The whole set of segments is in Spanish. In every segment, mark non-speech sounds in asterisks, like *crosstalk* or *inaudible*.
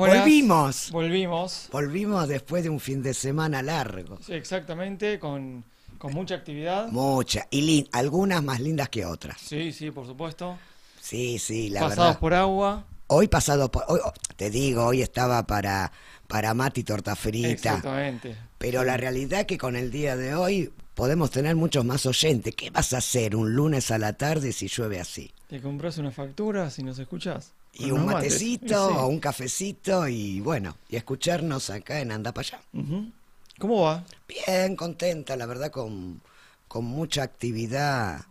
Buenas. Volvimos. Volvimos. Volvimos después de un fin de semana largo. Sí, exactamente, con, con mucha actividad. Muchas. Y lin- algunas más lindas que otras. Sí, sí, por supuesto. Sí, sí, la Pasados verdad. por agua. Hoy pasado por. Hoy, oh, te digo, hoy estaba para, para Mati Torta Frita. Exactamente. Pero la realidad es que con el día de hoy podemos tener muchos más oyentes. ¿Qué vas a hacer un lunes a la tarde si llueve así? Te compras una factura si nos escuchas. Y un matecito o un cafecito y bueno, y escucharnos acá en Anda para allá. ¿Cómo va? Bien, contenta, la verdad, con, con mucha actividad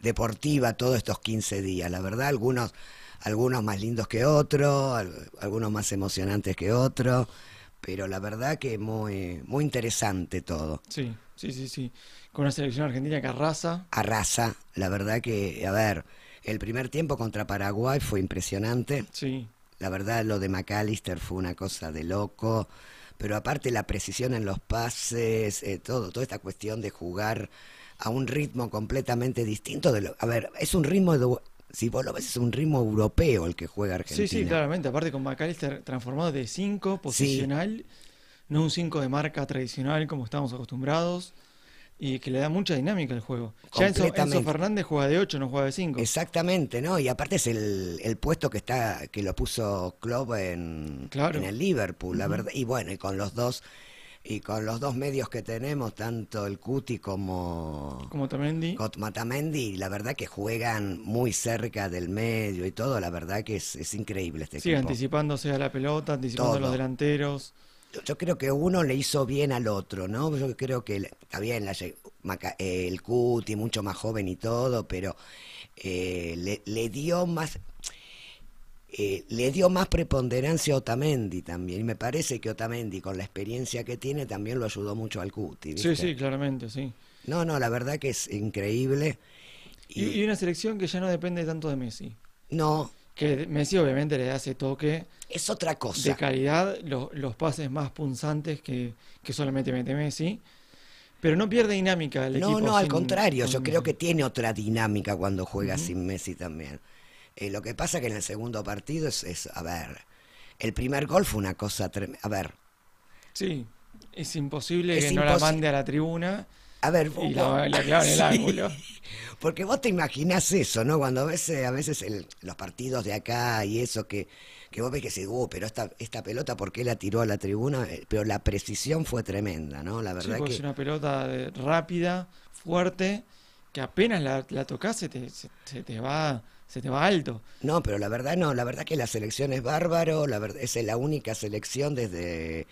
deportiva todos estos 15 días. La verdad, algunos, algunos más lindos que otros, al- algunos más emocionantes que otros, pero la verdad que muy, muy interesante todo. Sí, sí, sí, sí. Con una selección argentina que arrasa. Arrasa, la verdad que, a ver, el primer tiempo contra Paraguay fue impresionante. Sí, La verdad, lo de McAllister fue una cosa de loco. Pero aparte la precisión en los pases, eh, todo, toda esta cuestión de jugar a un ritmo completamente distinto de lo. A ver, es un ritmo de- si vos lo ves, es un ritmo europeo el que juega Argentina. sí, sí, claramente. Aparte con McAllister transformado de 5 posicional, no un 5 de marca tradicional como estamos acostumbrados. Y que le da mucha dinámica al juego. Ya Enzo, Enzo Completamente. Fernández juega de 8, no juega de 5. Exactamente, ¿no? Y aparte es el, el puesto que está, que lo puso Klopp en, Claro. en el Liverpool, la verdad. Y bueno, y con los dos, y con los dos medios que tenemos, tanto el Cuti como Como Tamendi. Cot Matamendi, la verdad que juegan muy cerca del medio y todo, la verdad que es, es increíble este Sigue equipo. anticipándose a la pelota, anticipando a los Todo. delanteros. Yo- Yo creo que uno le hizo bien al otro, ¿no? Yo creo que le- está bien la lle- Maca- eh, el Cuti, mucho más joven y todo, pero eh, le, le dio más eh, le dio más preponderancia a Otamendi también. Y me parece que Otamendi, con la experiencia que tiene, también lo ayudó mucho al Cuti. ¿viste? Sí, sí, claramente, sí. No, no, la verdad que es increíble. Y, y una selección que ya no depende tanto de Messi. no, Que Messi obviamente le da ese toque es otra de cosa. calidad, lo- los pases más punzantes que, que solamente mete Messi. Pero no pierde dinámica el No, equipo. no, al sin- contrario, yo con creo que Messi. tiene otra dinámica cuando juega sin Messi también. Eh, lo que pasa que en el segundo partido es, es, a ver, el primer gol fue una cosa tremenda. A ver, Sí, es imposible Es que no la imposi- mande a la tribuna a ver, y vos- la, la clave en el *laughs* Sí. ángulo. Porque vos te imaginás eso, ¿no? Cuando ves eh, a veces el- los partidos de acá y eso que, que vos ves que se uh, pero esta, esta pelota, ¿por qué la tiró a la tribuna? Eh, Pero la precisión fue tremenda, ¿no? La Sí, verdad porque que... es una pelota de- rápida, fuerte, que apenas la, la tocas se te, se- se te va, se te va alto. No, pero la verdad no, la verdad que la selección es bárbaro, la verdad es la única selección desde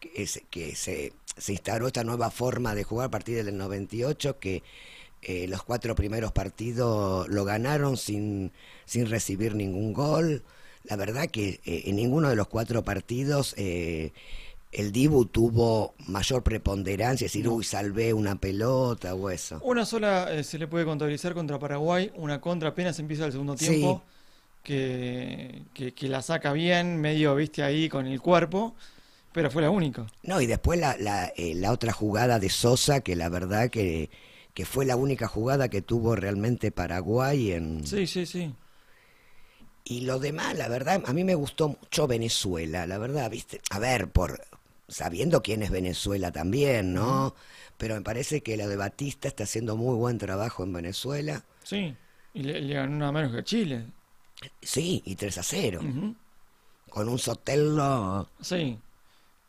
que, se- que se, se instauró esta nueva forma de jugar a partir del 98 que eh, los cuatro primeros partidos lo ganaron sin, sin recibir ningún gol. La verdad que eh, en ninguno de los cuatro partidos eh, el Dibu tuvo mayor preponderancia, es decir, uy, salvé una pelota o eso. Una sola eh, se le puede contabilizar contra Paraguay, una contra apenas empieza el segundo Sí. tiempo, que, que, que la saca bien, medio, viste, ahí con el cuerpo, pero fue la única. No, y después la, la, eh, la otra jugada de Sosa, que la verdad que, que fue la única jugada que tuvo realmente Paraguay. En... Sí, sí, sí. Y lo demás, la verdad, a mí me gustó mucho Venezuela, la verdad, viste. A ver, por sabiendo quién es Venezuela también, ¿no? Pero me parece que lo de Batista está haciendo muy buen trabajo en Venezuela. Sí. Y le, le ganó nada menos que a Chile. Sí, y 3 a 0. Ujú. Con un Sotelo Sí.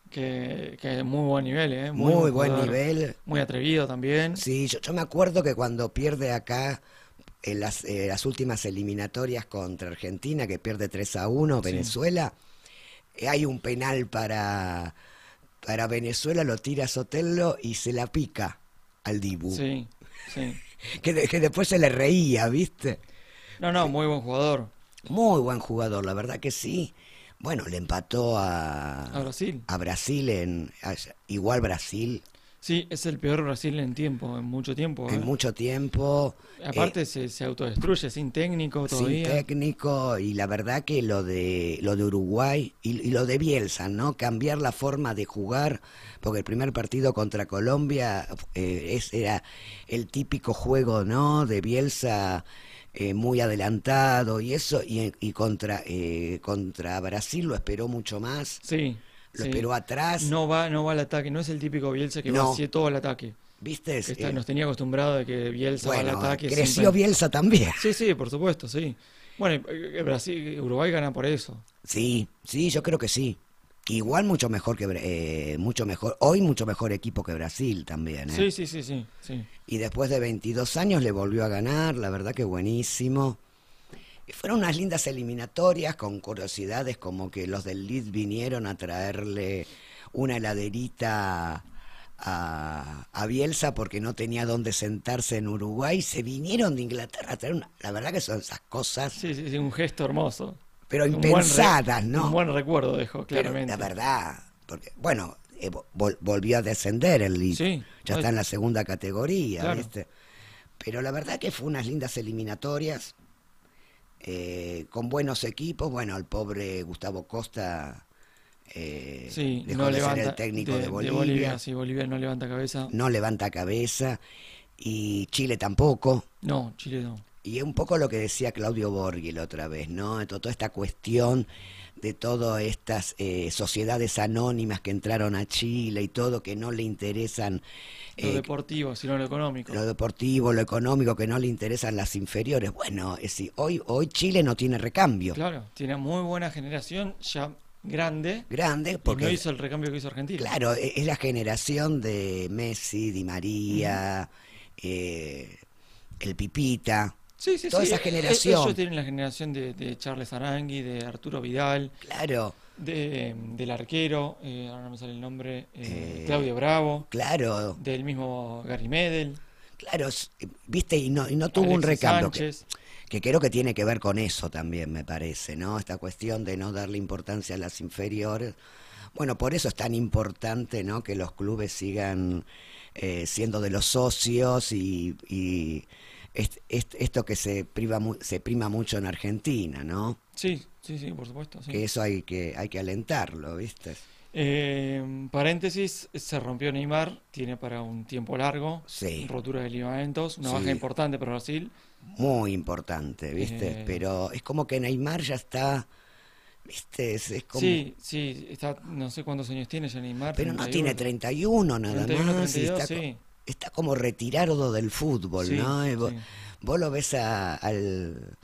Que, que muy buen nivel, ¿eh? muy, buen buen jugador, nivel. Muy atrevido también. Sí, yo, yo me acuerdo que cuando pierde acá en las, eh, las últimas eliminatorias contra Argentina, que pierde 3 a 1 Venezuela, eh, hay un penal para, para Venezuela, lo tira Sotelo y se la pica al Dibu, Sí, sí. que, de- que después se le reía, ¿viste? No, no, muy buen jugador. Muy buen jugador, la verdad que sí. Bueno, le empató A a, Brasil. a Brasil, en, a- igual Brasil, Sí, es el peor Brasil en tiempo, en mucho tiempo. ¿eh? en mucho tiempo. eh, Aparte se, se autodestruye sin técnico Sin todavía. técnico y la verdad que lo de lo de Uruguay y, y lo de Bielsa, ¿no? Cambiar la forma de jugar, porque el primer partido contra Colombia eh, es- era el típico juego, ¿no? De Bielsa eh, muy adelantado y eso, y, y contra, eh, contra Brasil lo esperó mucho más. Sí. Lo sí. esperó atrás. No va, no va al ataque, no es el típico Bielsa que No. va así todo al ataque. ¿Viste? Es, Está- eh, nos tenía acostumbrado de que Bielsa va bueno, al ataque. creció siempre- Bielsa también. Sí, sí, por supuesto, sí. Bueno, eh, eh, Brasil, Uruguay gana por eso. Sí, sí, yo creo que sí. Igual mucho mejor que Bra- eh, mucho mejor, hoy mucho mejor equipo que Brasil también, ¿eh? Sí, sí, sí, sí, sí. Y después de 22 años le volvió a ganar, la verdad que buenísimo. Y Fueron unas lindas eliminatorias con curiosidades como que los del Lid vinieron a traerle una heladerita a, a Bielsa porque no tenía dónde sentarse en Uruguay. Se vinieron de Inglaterra a traer una... La verdad que son esas cosas, Sí, sí, sí, un gesto hermoso. pero Un buen re- impensadas, ¿no? Un buen recuerdo dejó, Pero claramente. la verdad, porque, bueno, eh, vo- vol- volvió a descender el Leeds. Sí, ya ay. está en la segunda categoría, Claro. ¿viste? Pero la verdad que fue unas lindas eliminatorias, eh, con buenos equipos. Bueno, el pobre Gustavo Costa eh, Sí, dejó no de levanta. ser el técnico de, Bolivia, Sí, Bolivia no levanta cabeza. no levanta cabeza, y Chile tampoco. No, Chile no. Y es un poco lo que decía Claudio Borghi la otra vez, ¿no? To- Toda esta cuestión de todas estas eh, sociedades anónimas que entraron a Chile y todo que no le interesan Lo eh, deportivo, sino lo económico. lo deportivo, lo económico, que no le interesan las inferiores. Bueno, es decir, hoy, hoy Chile no tiene recambio Claro, tiene muy buena generación, ya grande, grande porque porque... hizo el recambio que hizo Argentina. Claro, e- es la generación de Messi, Di María, eh, el Pipita. Sí, sí, Toda sí. esa eh, generación. Ellos tienen la generación de, de Charles Arangui, de Arturo Vidal, Claro, de, del arquero, eh, ahora no me sale el nombre, eh, Eh, Claudio Bravo, claro. del mismo Gary Medel, Claro, s- eh, viste, y no, y no tuvo un Alexis recambio, que, Sánchez. que creo que tiene que ver con eso también, me parece, ¿no? Esta cuestión de no darle importancia a las inferiores. Bueno, por eso es tan importante, ¿no? Que los clubes sigan eh, siendo de los socios y, y est- est- esto que se, priva, mu- se prima mucho en Argentina, ¿no? Sí, sí, sí, por supuesto. sí. Que eso hay que, hay que alentarlo, ¿viste? Eh, paréntesis, se rompió Neymar, tiene para un tiempo largo, Sí. rotura de ligamentos, una Sí. baja importante para Brasil. Muy importante, ¿viste? Eh. Pero es como que Neymar ya está, ¿viste? Es, es como... Sí, sí, está, no sé cuántos años tiene ya Neymar. Pero no 31. tiene 31 nada 31, más. y 32, está, co- sí. está como retirado del fútbol, Sí, ¿no? Y vo- sí. vos, lo ves a, al-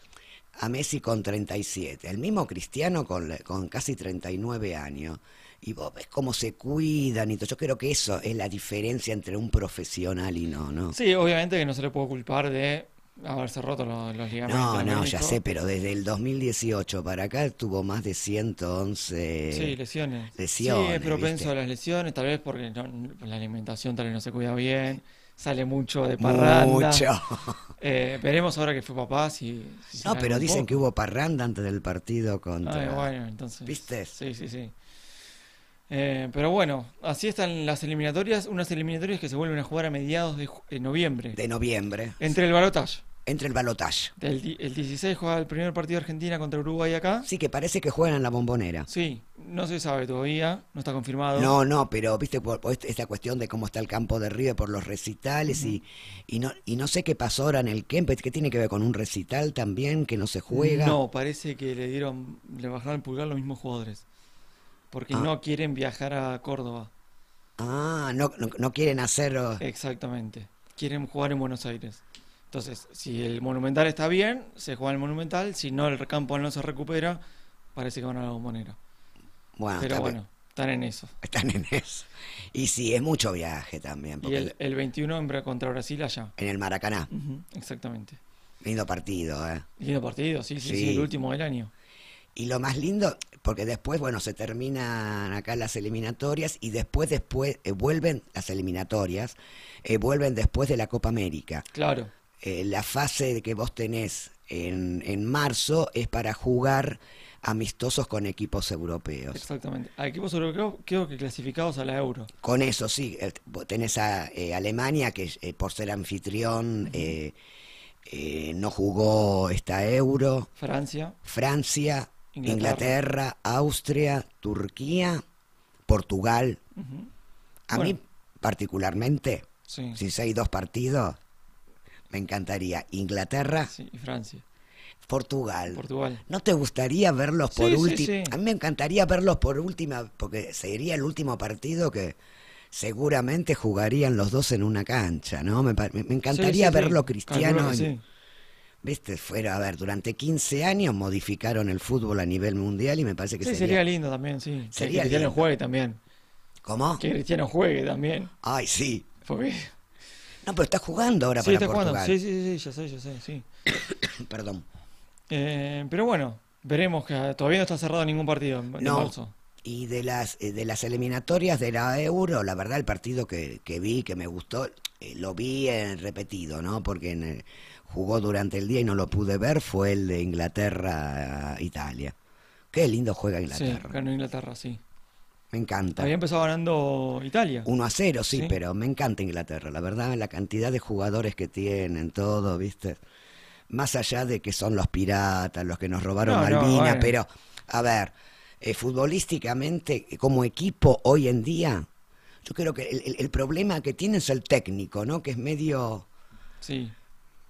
a Messi con 37, el mismo Cristiano con, la- con casi 39 años. Y vos ves cómo se cuidan y todo. Yo creo que eso es la diferencia entre un profesional y no, ¿no? Sí, obviamente que no se le puede culpar de haberse roto lo- los ligamentos. No, el no, ya menisco. sé, pero desde el 2018 para acá tuvo más de 111. Sí, lesiones. sí, eh, lesiones, es propenso ¿viste? a las lesiones, tal vez porque no- la alimentación tal vez no se cuida bien, sale mucho de parranda. Mucho. Eh, veremos ahora que fue papá si... si se *laughs* No, calma pero un dicen poco. que hubo parranda antes del partido Ay, contra. bueno, entonces. ¿Viste? Sí, sí, sí. Eh, pero bueno, así están las eliminatorias, unas eliminatorias que se vuelven a jugar a mediados de, ju- de noviembre. de noviembre. Entre el balotaje. Entre el balotaje. El, di- el 16 juega el primer partido de Argentina contra Uruguay acá. Sí, que parece que juegan en la bombonera. Sí, no se sabe todavía, no está confirmado. No, no, pero viste por, por esta cuestión de cómo está el campo de River por los recitales y, y no y no sé qué pasó ahora en el Kempes, que tiene que ver con un recital también que no se juega. No, parece que le dieron, le bajaron el pulgar los mismos jugadores. Porque Ah. no quieren viajar a Córdoba. Ah, no, no, no quieren hacer. oh, Eh, Exactamente. Quieren jugar en Buenos Aires. Entonces, si el Monumental está bien, se juega en el Monumental. Si no, el campo no se recupera, parece que van a la bombonera. bueno, Pero Ah, está- bueno, están en eso. están en eso. Y sí, es mucho viaje también. Y Porque el, el 21 en Bra- contra Brasil allá. En el Maracaná. Ujú, exactamente. Lindo partido, ¿eh? Lindo partido, sí, sí, sí, Sí. el último del año. Y lo más lindo, porque después, bueno, se terminan acá las eliminatorias y después, después, eh, vuelven las eliminatorias, eh, vuelven después de la Copa América. Claro. Eh, la fase de que vos tenés en, en marzo es para jugar amistosos con equipos europeos. Exactamente. A equipos europeos creo que clasificados a la Euro. Con eso sí, eh, vos tenés a eh, Alemania que eh, por ser anfitrión eh, eh, no jugó esta euro. Francia, Francia, Inglaterra. Inglaterra. Austria, Turquía, Portugal. A mí, Bueno. particularmente, sí. si hay dos partidos, Me encantaría. Inglaterra, Sí, y Francia. Portugal. Portugal. ¿No te gustaría verlos por Sí, sí, última? sí. A mí me encantaría verlos por última, porque sería el último partido que seguramente jugarían los dos en una cancha, ¿no? Me, pa- me- me encantaría Sí, sí, sí. verlo cristiano. Calculo que en- sí. Viste, fuera, a ver, durante 15 años modificaron el fútbol a nivel mundial y me parece que Sí, sería... sería lindo también, sí. Que Sería Cristiano lindo. juegue también. ¿Cómo? Que Cristiano juegue también. Ay, sí. Porque... No, pero está jugando ahora Sí, para está jugando. Sí, Portugal. sí, sí, ya sé, ya sé, sí. *laughs* Perdón. Eh, pero bueno, veremos que ah, todavía no está cerrado ningún partido en, en No. marzo. Y de las, eh, de las eliminatorias de la Euro, la verdad, el partido que, que vi, que me gustó, eh, lo vi eh, repetido, ¿no? Porque en el- jugó durante el día y no lo pude ver, fue el de Inglaterra-Italia. Qué lindo juega Sí, Inglaterra. ganó Inglaterra, sí. Me encanta. Había empezado ganando Italia. 1 a 0, sí, Sí. pero me encanta Inglaterra. La verdad, la cantidad de jugadores que tienen, todo, ¿viste? Más allá de que son los piratas, los que nos robaron No, no, Malvinas, bueno. pero, a ver, eh, futbolísticamente, eh, como equipo hoy en día, yo creo que el, el- el problema que tienen es el técnico, ¿no? Que es medio. Sí.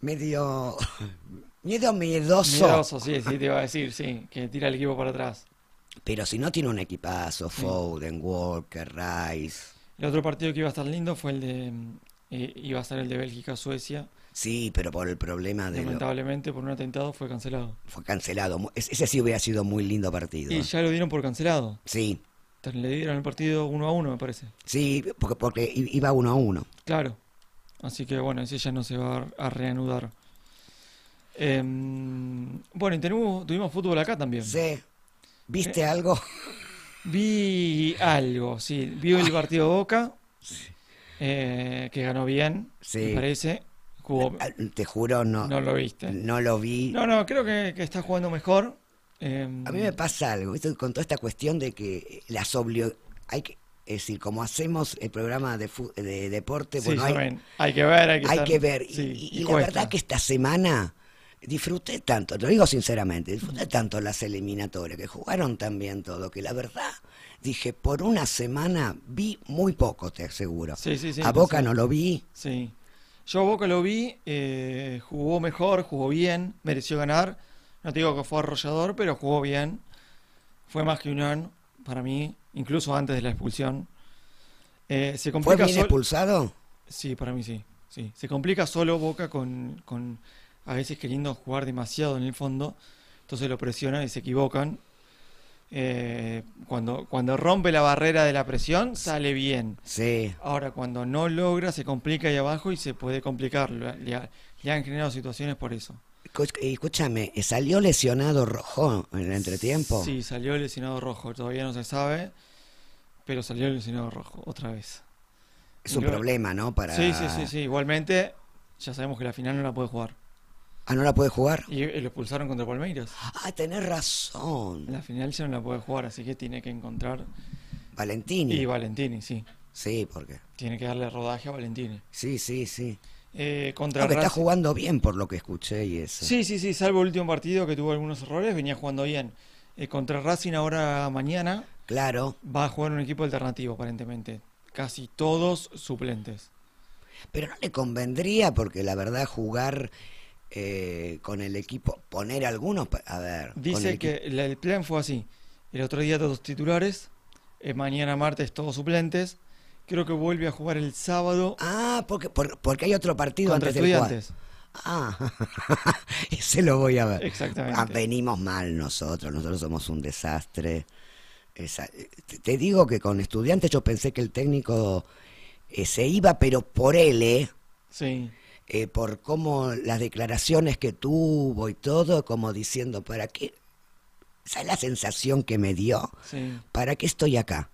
medio. *laughs* medio miedoso. Miedoso, sí, sí, te iba a decir, sí. Que tira el equipo para atrás. Pero si no tiene un equipazo, Foden, Walker, Rice. El otro partido que iba a estar lindo fue el de. mm, eh, iba a ser el de Bélgica-Suecia. Sí, pero por el problema de. lo- Lamentablemente, por un atentado fue cancelado. fue cancelado. Mu- es- Ese sí hubiera sido muy lindo partido. Y ya lo dieron por cancelado. Sí, Entonces, Le dieron el partido uno a uno, me parece. sí, porque, porque i- iba uno a uno. Claro. Así que bueno, ese ya no se va a a reanudar. Em, bueno, y tenemos- tuvimos fútbol acá también. Sí. Eh, ¿Viste algo? Vi algo, sí. Vi el partido de Boca, eh, que ganó bien, Sí. me parece. *laughs* Jugó- Ah, Te juro, no, no no, lo viste. lo vi. No, no, creo que, que está jugando mejor. Em, A mí me pasa algo, ¿viste? con toda esta cuestión de que las obligó. Hay que, es decir, como hacemos el programa de, fu- de deporte, sí, bueno, ya hay, ven. hay que ver, hay que, hay estar- que ver. Y- sí, y y la cuesta. verdad que esta semana disfruté tanto, te lo digo sinceramente, disfruté tanto las eliminatorias, que jugaron también todo, que la verdad dije, por una semana vi muy poco, te aseguro. Sí, sí, sí, A Boca sí. no lo vi. Sí. Yo a Boca lo vi, eh, jugó mejor, jugó bien, mereció ganar. No te digo que fue arrollador, pero jugó bien. Fue más que unión para mí, incluso antes de la expulsión. Eh, se ¿Fue complica bien sol- expulsado? Sí, para mí sí. sí. Se complica solo Boca con, con a veces queriendo jugar demasiado en el fondo. Entonces lo presionan y se equivocan. Eh, cuando, cuando rompe la barrera de la presión, sale bien. Sí. Ahora, cuando no logra, se complica ahí abajo y se puede complicar. Le, le ha- le han generado situaciones por eso. Escu- Escúchame, eh, ¿salió lesionado Rojo en el entretiempo? Sí, salió el lesionado rojo. Todavía no se sabe, pero salió el lesionado rojo otra vez. Es un Yo- problema, ¿no? Para... Sí, sí, sí, sí. Igualmente, ya sabemos que la final no la puede jugar. Ah, ¿no la puede jugar? Y eh, lo expulsaron contra Palmeiras. Ah, tenés razón. La final ya no la puede jugar, así que tiene que encontrar. Valentini. Y Valentini, sí. Sí, porque... Tiene que darle rodaje a Valentini. Sí, sí, sí. Eh, contra No, Ah, que está Racing- jugando bien por lo que escuché y eso. Sí, sí, sí, salvo el último partido que tuvo algunos errores, venía jugando bien. Eh, contra Racing ahora mañana Claro, va a jugar un equipo alternativo, aparentemente. Casi todos suplentes. pero no le convendría porque la verdad jugar eh, con el equipo, poner algunos, pa- a ver. con el Dice equipo- que la- el plan fue así. El otro día todos titulares, eh, mañana martes todos suplentes. Creo que vuelve a jugar el sábado Ah, porque, por- porque hay otro partido contra antes del jugar. estudiantes. Ah, *laughs* ese lo voy a ver. Exactamente. Ah, venimos mal nosotros, nosotros somos un desastre. Esa- te- te digo que con estudiantes yo pensé que el técnico eh, se iba, pero por él, ¿eh? Sí, eh, por cómo las declaraciones que tuvo y todo, como diciendo, ¿para qué? Esa es la sensación que me dio. sí. ¿Para qué estoy acá?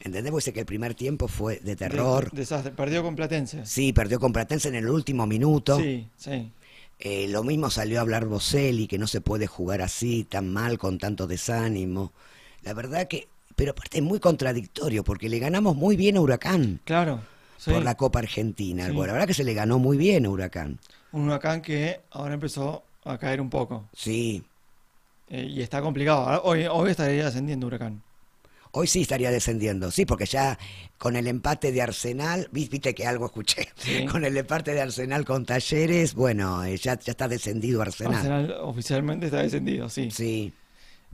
¿Entendés? Porque sé que el primer tiempo fue de terror. De- desastre. Perdió con Platense. Sí, perdió con Platense en el último minuto. Sí, sí. Eh, lo mismo salió a hablar Boselli, que no se puede jugar así, tan mal, con tanto desánimo. La verdad que... Pero aparte es muy contradictorio, porque le ganamos muy bien a Huracán Claro. sí. por la Copa Argentina. Sí. Bueno, la verdad que se le ganó muy bien a Huracán. Un huracán que ahora empezó a caer un poco. Sí, Eh, y está complicado. Ahora- Hoy, hoy estaría ascendiendo Huracán. Hoy sí estaría descendiendo, sí, porque ya con el empate de Arsenal, vis- viste que algo escuché, Sí. *laughs* con el empate de Arsenal con Talleres, bueno, eh, ya, ya está descendido Arsenal. Arsenal oficialmente está descendido, sí. Sí,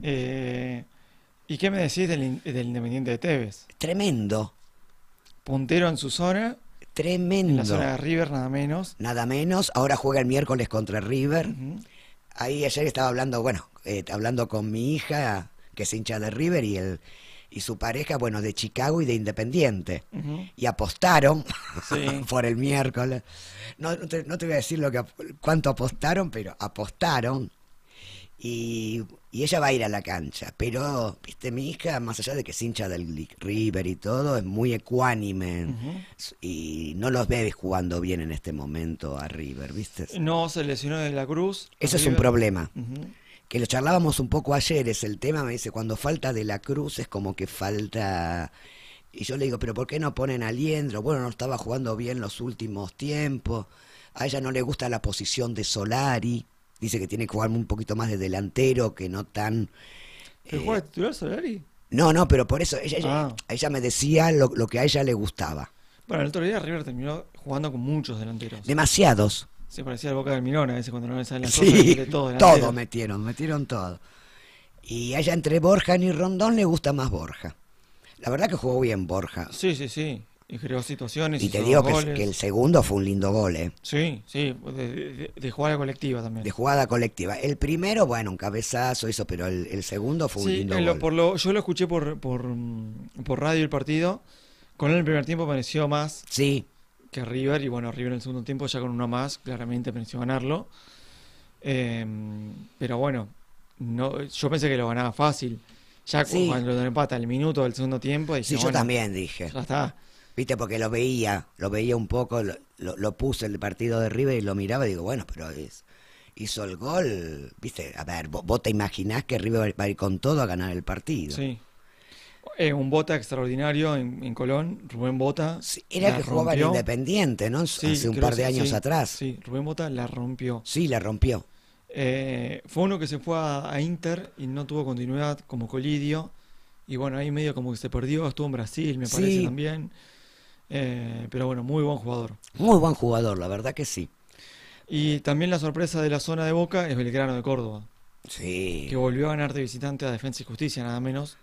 Eh, ¿Y qué me decís del, in- del Independiente de Tevez? tremendo, Puntero en su zona, en la tremendo. zona de River nada menos. Nada menos, ahora juega el miércoles contra River. Ujú. Ahí ayer estaba hablando, bueno, eh, hablando con mi hija, que es hincha de River, y, el, y su pareja, bueno, de Chicago y de Independiente. Ujú. Y apostaron Sí. *laughs* por el miércoles. No, no te, no te voy a decir lo que, ap- cuánto apostaron, pero apostaron. Y, y ella va a ir a la cancha. Pero, viste, mi hija, más allá de que es hincha del Li- River y todo, es muy ecuánime. Ujú. Y no los ves jugando bien en este momento a River, ¿viste? No se lesionó de la cruz. Ese es un Eh. River- problema. Ujú. Que lo charlábamos un poco ayer, es el tema, me dice, cuando falta de la cruz es como que falta... Y yo le digo, pero ¿por qué no ponen a Liendro? Bueno, no estaba jugando bien los últimos tiempos. A ella no le gusta la posición de Solari. Dice que tiene que jugar un poquito más de delantero, que no tan... ¿Pero eh, juega de titular Solari? no, no, pero por eso ella, ella, Ah. ella me decía lo, lo que a ella le gustaba. Bueno, el otro día River terminó jugando con muchos delanteros. Demasiados. Se parecía al Boca del Mirón a veces cuando no le salen las cosas. Sí, mete *laughs* todo delantero. todo metieron, metieron todo. Y allá entre Borja y Rondón le gusta más Borja. La verdad que jugó bien Borja. Sí, sí, sí. Y creó situaciones. Y te hizo digo que, goles. que el segundo fue un lindo gol, ¿eh? Sí, sí. De, de- de jugada colectiva también. de jugada colectiva. El primero, bueno, un cabezazo, eso, pero el, el segundo fue un Sí, lindo en lo- gol. por lo- yo lo escuché por, por, mm, por radio el partido. Con él el primer tiempo pareció más Sí, que River. Y bueno, River en el segundo tiempo ya con uno más, claramente pareció ganarlo. Eh, pero bueno, no, yo pensé que lo ganaba fácil. Ya cu- Sí. cuando lo empata el minuto del segundo tiempo. Dije, sí, yo bueno, también dije. Ya está. Viste, porque lo veía, lo veía un poco, lo, lo- lo puse el partido de River y lo miraba y digo, bueno, pero es- hizo el gol. Viste, a ver, vos, vos te imaginás que River va a ir con todo a ganar el partido. Sí. Eh, un Bota extraordinario en, en Colón, Rubén Bota. Sí, era la que jugaba en rompió. Independiente, ¿no? Sí, Hace un creo par de que sí, años sí. atrás. Sí. Sí, Rubén Bota la rompió. la rompió. Eh, fue uno que se fue a, a Inter y no tuvo continuidad como Colidio. Y bueno, ahí medio como que se perdió, estuvo en Brasil, me parece Sí. también. Eh, pero bueno, muy buen jugador. Muy buen jugador, la verdad que sí. Y también la sorpresa de la zona de Boca es Belgrano de Córdoba, Sí. que volvió a ganar de visitante a Defensa y Justicia, nada menos.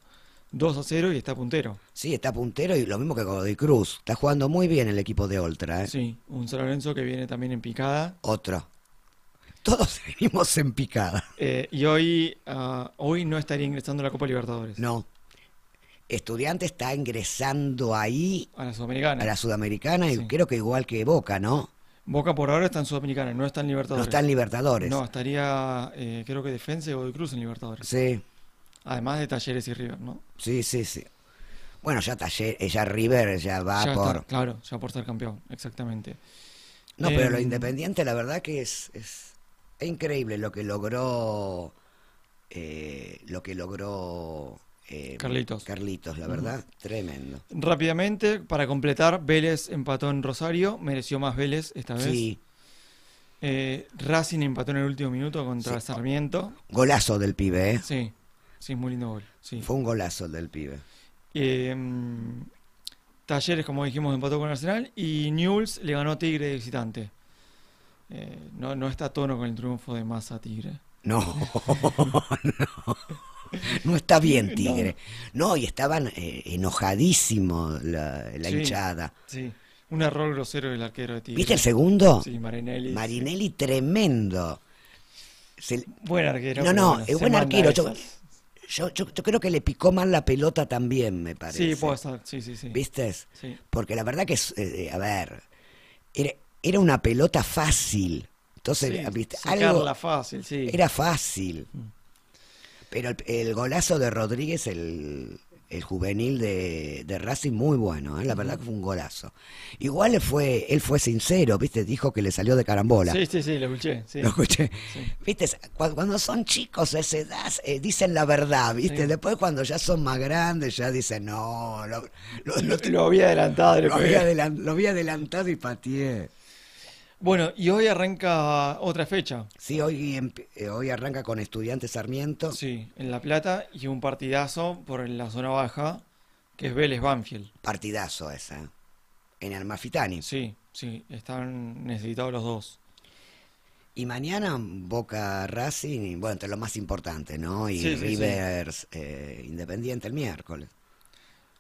2 a 0 y está puntero. Sí, está puntero y lo mismo que Godoy Cruz. Está jugando muy bien el equipo de Oltra, ¿eh? Sí, un San Lorenzo que viene también en picada. Otro. Todos *laughs* seguimos en picada. Eh, y hoy, ah, hoy no estaría ingresando a la Copa Libertadores. No. Estudiante está ingresando ahí A la Sudamericana. a la Sudamericana y Sí. creo que igual que Boca, ¿no? Boca por ahora está en Sudamericana, no está en No Libertadores. están Libertadores. No, estaría, eh, creo que Defensa y Godoy Cruz en Libertadores. Sí, Además de Talleres y River, ¿no? sí, sí, sí. Bueno, ya, taller, eh, ya River ya va ya por... está, claro, ya por ser campeón, exactamente. No, pero lo Em, independiente, la verdad que es, es, es increíble lo que logró. eh, lo que logró. eh, Carlitos. Carlitos, la verdad, tremendo. Rápidamente, para completar, Vélez empató en Rosario, mereció más Vélez esta vez. Sí, Eh, Racing empató en el último minuto contra Sarmiento. golazo del pibe, ¿eh? Sí, sí, muy lindo gol. Sí. Fue un golazo del pibe. Eh, mm, Talleres, como dijimos, empató con Arsenal y Newells le ganó a Tigre de visitante. Eh, no, no está a tono con el triunfo de Massa Tigre. *laughs* No, no, no está bien, Tigre. No, y estaban eh, enojadísimos la, la Sí. hinchada. Sí, un error grosero del arquero de Tigre. ¿Viste el segundo? Sí, Marinelli. Marinelli, tremendo. Se- Buen arquero. No, pero no, bueno, es se buen manda arquero, yo- esas. Yo, yo, yo creo que le picó mal la pelota también, me parece. Sí, puede ser. Sí, sí, sí. ¿Viste? Sí. Porque la verdad que, es, eh, a ver, era, era una pelota fácil. Entonces, Sí, ¿viste? sacarla Algo fácil, sí. era fácil. Mm. Pero el, el golazo de Rodríguez, el, el juvenil de, de Racing, muy bueno. ¿eh? La verdad que fue un golazo. Igual le fue, él fue sincero, ¿viste? Dijo que le salió de carambola. Sí, sí, sí, lo escuché. Sí. Lo escuché. Sí. Viste, Cu- cuando son chicos a esa edad, eh, dicen la verdad, viste. Sí. Después cuando ya son más grandes ya dicen, no, lo, lo- lo- *laughs* Lo había adelantado. le lo pegué. había, adelan- lo había adelantado y pateé. Bueno, y hoy arranca otra fecha. Sí, hoy, emp- eh, hoy arranca con Estudiantes Sarmiento. Sí, en La Plata y un partidazo por la zona baja, que es Vélez Banfield. Partidazo esa. En Almafitani. Sí, sí, están necesitados los dos. Y mañana Boca Racing, y, bueno, entre lo más importante, ¿no? Y Sí, sí, sí. Rivers eh, Independiente el miércoles.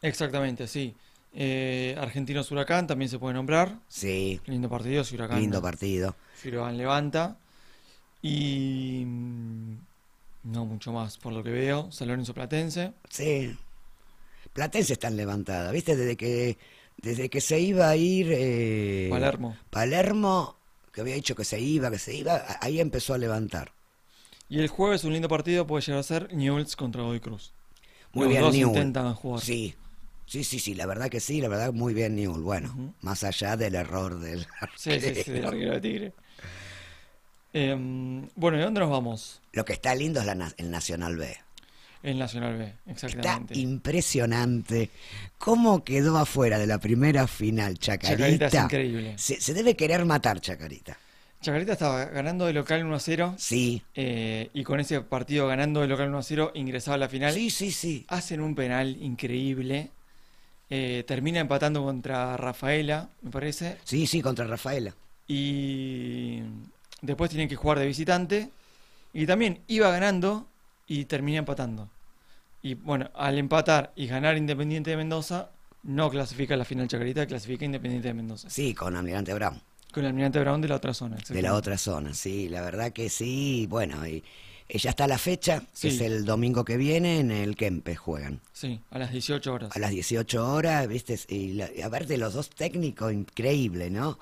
Exactamente, sí. Eh, Argentinos Huracán también se puede nombrar. Sí, Lindo partido, si Huracán, lindo partido. si Huracán levanta. Y mm, no mucho más, por lo que veo. San Lorenzo Platense. Sí. Platense está en levantada, ¿viste? Desde que, desde que se iba a ir. eh, Palermo. Palermo, que había dicho que se iba, que se iba, a- ahí empezó a levantar. Y el jueves un lindo partido puede llegar a ser Newell's contra Godoy Cruz. Muy Los bien, dos Newell. intentan jugar. Sí, sí, sí, sí, la verdad que sí, la verdad muy bien Newell. Bueno, Ujú. más allá del error del Sí, sí, *laughs* sí, del arquero de Tigre. Em, bueno, ¿y dónde nos vamos? Lo que está lindo es la na- el Nacional B. En Nacional B, Está exactamente. impresionante cómo quedó afuera de la primera final Chacarita Chacarita. es increíble. se, se debe querer matar Chacarita. Chacarita estaba ganando de local 1 a 0 Sí, eh, y con ese partido ganando de local 1 a 0 ingresaba a la final. sí, sí, sí. Hacen un penal increíble. eh, termina empatando contra Rafaela, me parece. Sí, sí, contra Rafaela. Y después tienen que jugar de visitante. Y también iba ganando y termina empatando. Y bueno, al empatar y ganar Independiente de Mendoza, no clasifica a la final Chacarita, clasifica Independiente de Mendoza. Sí, con Almirante Brown. Con el Almirante Brown de la otra zona. de la otra zona, sí, la verdad que sí, bueno, y eh, ya está la fecha, que Sí. es el domingo que viene en el Kempes juegan, Sí, a las 18 horas. a las 18 horas, viste, y, la- y a ver de los dos técnicos, increíble, ¿no?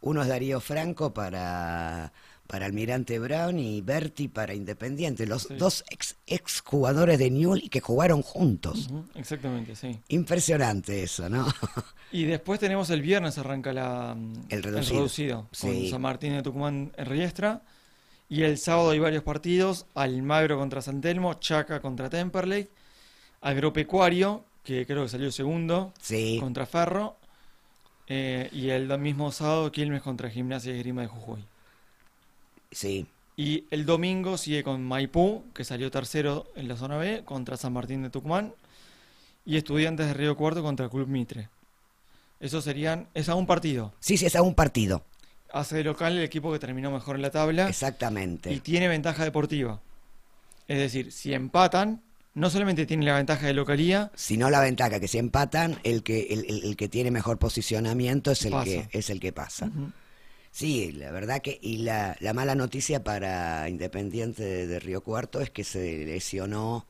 Uno es Darío Franco para, para Almirante Brown y Berti para Independiente, los Sí. dos ex, ex jugadores de Newell y que jugaron juntos. Ujú, Exactamente, sí. Impresionante eso, ¿no? *laughs* Y después tenemos el viernes, arranca la, mm, El reducido. con Sí. San Martín de Tucumán en Riestra. Y el sábado hay varios partidos: Almagro contra San Telmo, Chaca contra Temperley, Agropecuario, que creo que salió segundo, sí. contra Ferro. eh, y el mismo sábado, Quilmes contra Gimnasia y Grima de Jujuy. Sí, Y el domingo sigue con Maipú, que salió tercero en la zona B, contra San Martín de Tucumán. Y Estudiantes de Río Cuarto contra Club Mitre. Eso serían, es a un partido. sí, sí, es a un partido, Hace de local el equipo que terminó mejor en la tabla exactamente. y tiene ventaja deportiva. Es decir, si empatan, no solamente tiene la ventaja de localía, Si no la ventaja, que si empatan, el que, el, el- el que tiene mejor posicionamiento es el Pasa. que es el que pasa. Sí, la verdad que, y la, la mala noticia para Independiente de, de Río Cuarto es que se lesionó,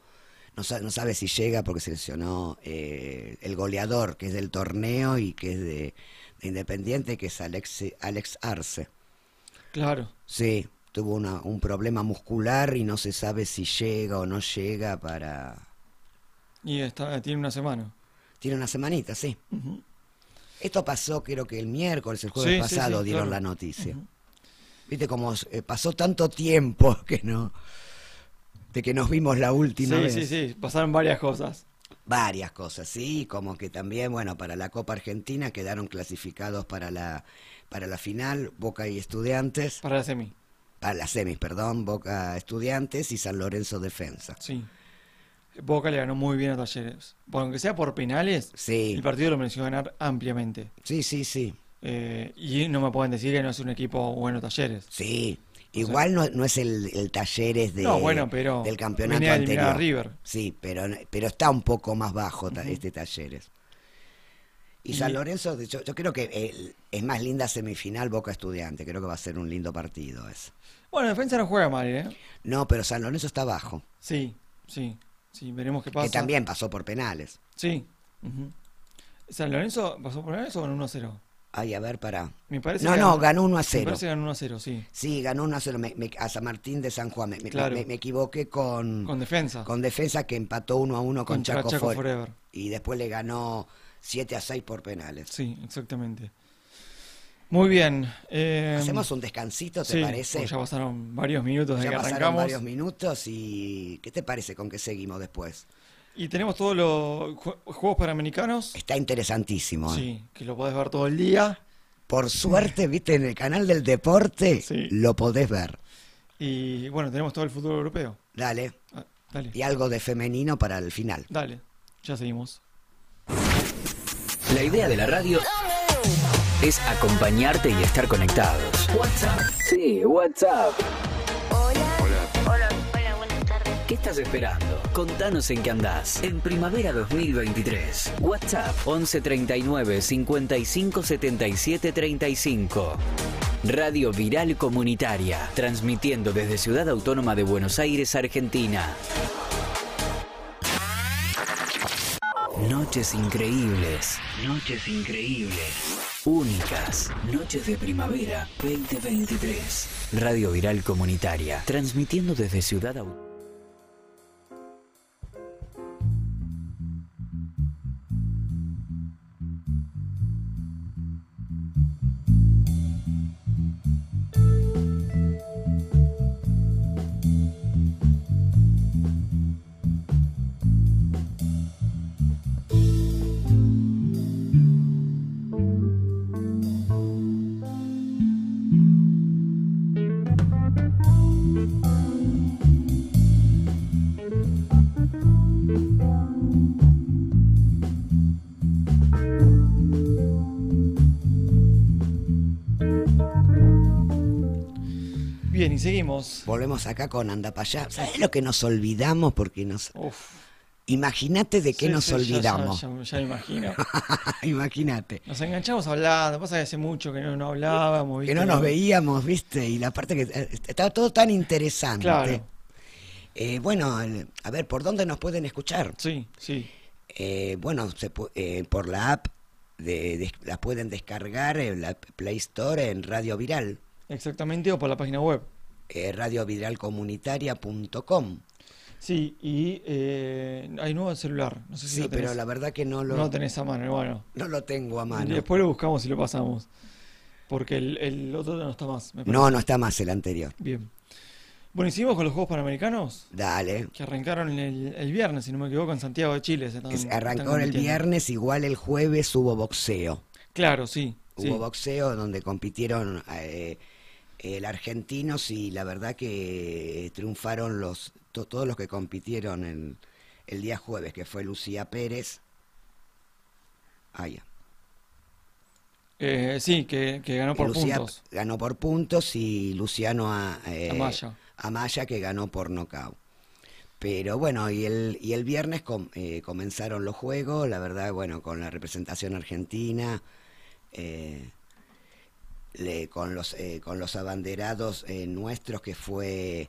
no, sa- no sabe si llega porque se lesionó eh, el goleador, que es del torneo y que es de, de Independiente, que es Alex, Alex Arce. claro, Sí, tuvo una- un problema muscular y no se sabe si llega o no llega para... y está, tiene una semana. Tiene una semanita, sí. Ujú. Esto pasó creo que el miércoles, el Sí, jueves sí, pasado sí, dieron claro. la noticia. Ujú. Viste como eh, pasó tanto tiempo *laughs* que no de que nos vimos la última Sí, vez. sí, sí, pasaron varias cosas. Varias cosas, sí, como que también, bueno, para la Copa Argentina quedaron clasificados para la para la final Boca y Estudiantes, Para la semi, para las semis, perdón, Boca Estudiantes y San Lorenzo Defensa. sí. Boca le ganó muy bien a Talleres. Bueno, aunque sea por penales, Sí. el partido lo mereció ganar ampliamente. Sí, sí, sí. Eh, y no me pueden decir que no es un equipo bueno Talleres. Sí. Igual no, no es el, el Talleres de, no, bueno, pero del campeonato venía a eliminar a anterior. River. Sí, pero, pero está un poco más bajo ta- Ujú. este Talleres. Y Y- San Lorenzo, yo, yo creo que el- es más linda semifinal Boca Estudiante, creo que va a ser un lindo partido ese. Bueno, defensa no juega mal, ¿eh? No, pero San Lorenzo está bajo, Sí, sí, sí, veremos qué pasa. que también pasó por penales. Sí. ujú. ¿San Lorenzo pasó por eso con 1-0? Ay, a ver, para. Me parece No, que no, ganó 1 a Me 0. parece que ganó 1-0, sí. Sí, ganó 1 a 0 me- me- a San Martín de San Juan. Me, me- Claro. me- me equivoqué con, Mm. con, Con defensa. defensa que empató 1 a 1 con Contra Chaco, Chaco Fore- Forever. Y después le ganó 7 a 6 por penales. Sí, exactamente. Muy bien. eh, Hacemos un descansito, ¿te sí, parece? porque ya pasaron varios minutos de Ya que pasaron arrancamos. varios minutos y ¿qué te parece con qué seguimos después? Y tenemos todos los ju- juegos panamericanos. Está interesantísimo. ¿eh? Sí, que lo podés ver todo el día. Por suerte, viste, en el canal del deporte Sí. lo podés ver. Y bueno, tenemos todo el fútbol europeo. Dale. Ah, dale, Y algo de femenino para el final. dale, ya seguimos. La idea de la radio es acompañarte y estar conectados. WhatsApp. Sí, WhatsApp. Hola. Hola. Hola. Hola, buenas tardes. ¿Qué estás esperando? Contanos en qué andás. En primavera 2023. WhatsApp 11 39 55 77 35. Radio Viral Comunitaria. Transmitiendo desde Ciudad Autónoma de Buenos Aires, Argentina. Noches increíbles. Noches increíbles. Únicas. Noches de primavera 2023. Radio Viral Comunitaria. Transmitiendo desde Ciudad Autónoma. Bien, y seguimos. Volvemos acá con Anda para allá. ¿Sabes lo que nos olvidamos? Porque nos. Uf, Imagínate de qué sí, nos sí, ya- ya- olvidamos. Ya, ya me *laughs* imagino. Imagínate. Nos enganchamos hablando, pasa que hace mucho que no, no hablábamos. Que ¿viste? no nos veíamos, viste. Y la parte que. eh, Estaba todo tan interesante. Claro, Eh, bueno, el- a ver, ¿por dónde nos pueden escuchar? sí, sí. Eh, bueno, se pu- eh, por la app. De, des- la pueden descargar en la Play Store en Radio Viral. Exactamente, o por la página web. eh, radioviralcomunitaria.com. Sí, y eh, hay nuevo celular. No sé si Sí, lo tenés, pero la verdad que no no lo, lo tenés a mano. Bueno, no lo tengo a mano. después lo buscamos y lo pasamos. Porque el, el otro no está más. me parece. No, no está más el anterior. Bien. Bueno, y seguimos con los Juegos Panamericanos Dale. que arrancaron el, el viernes, si no me equivoco, en Santiago de Chile. se están- Es- están arrancó el compitiendo. viernes, igual el jueves hubo boxeo. Claro, sí. sí. Hubo boxeo donde compitieron eh, el argentinos y la verdad que eh, triunfaron los to- todos los que compitieron el, el día jueves, que fue Lucía Pérez. Ah, ya. Eh, sí, que, que ganó por Lucía puntos. ganó por puntos y Luciano a, eh, Amaya. Amaya, que ganó por nocaut. Pero bueno, y el, y el viernes com- eh, comenzaron los juegos, la verdad, bueno, con la representación argentina, eh, le- con, los, eh, con los abanderados eh, nuestros, que fue,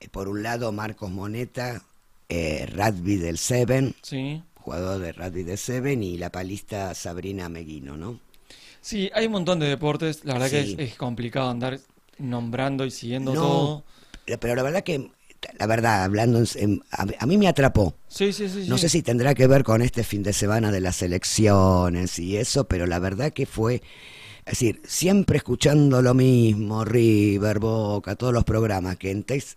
eh, por un lado, Marcos Moneta, eh, rugby del Seven, Sí. jugador de rugby del Seven, y la palista Sabrina Meguino, ¿no? Sí, hay un montón de deportes. La verdad Sí. que es, es complicado andar nombrando y siguiendo No. todo. La- Pero la verdad que, la verdad, hablando, en- en- a, a mí me atrapó. Sí, sí, sí. No sí. sé si tendrá que ver con este fin de semana de las elecciones y eso, pero la verdad que fue, es decir, siempre escuchando lo mismo, River, Boca, todos los programas que en Teis,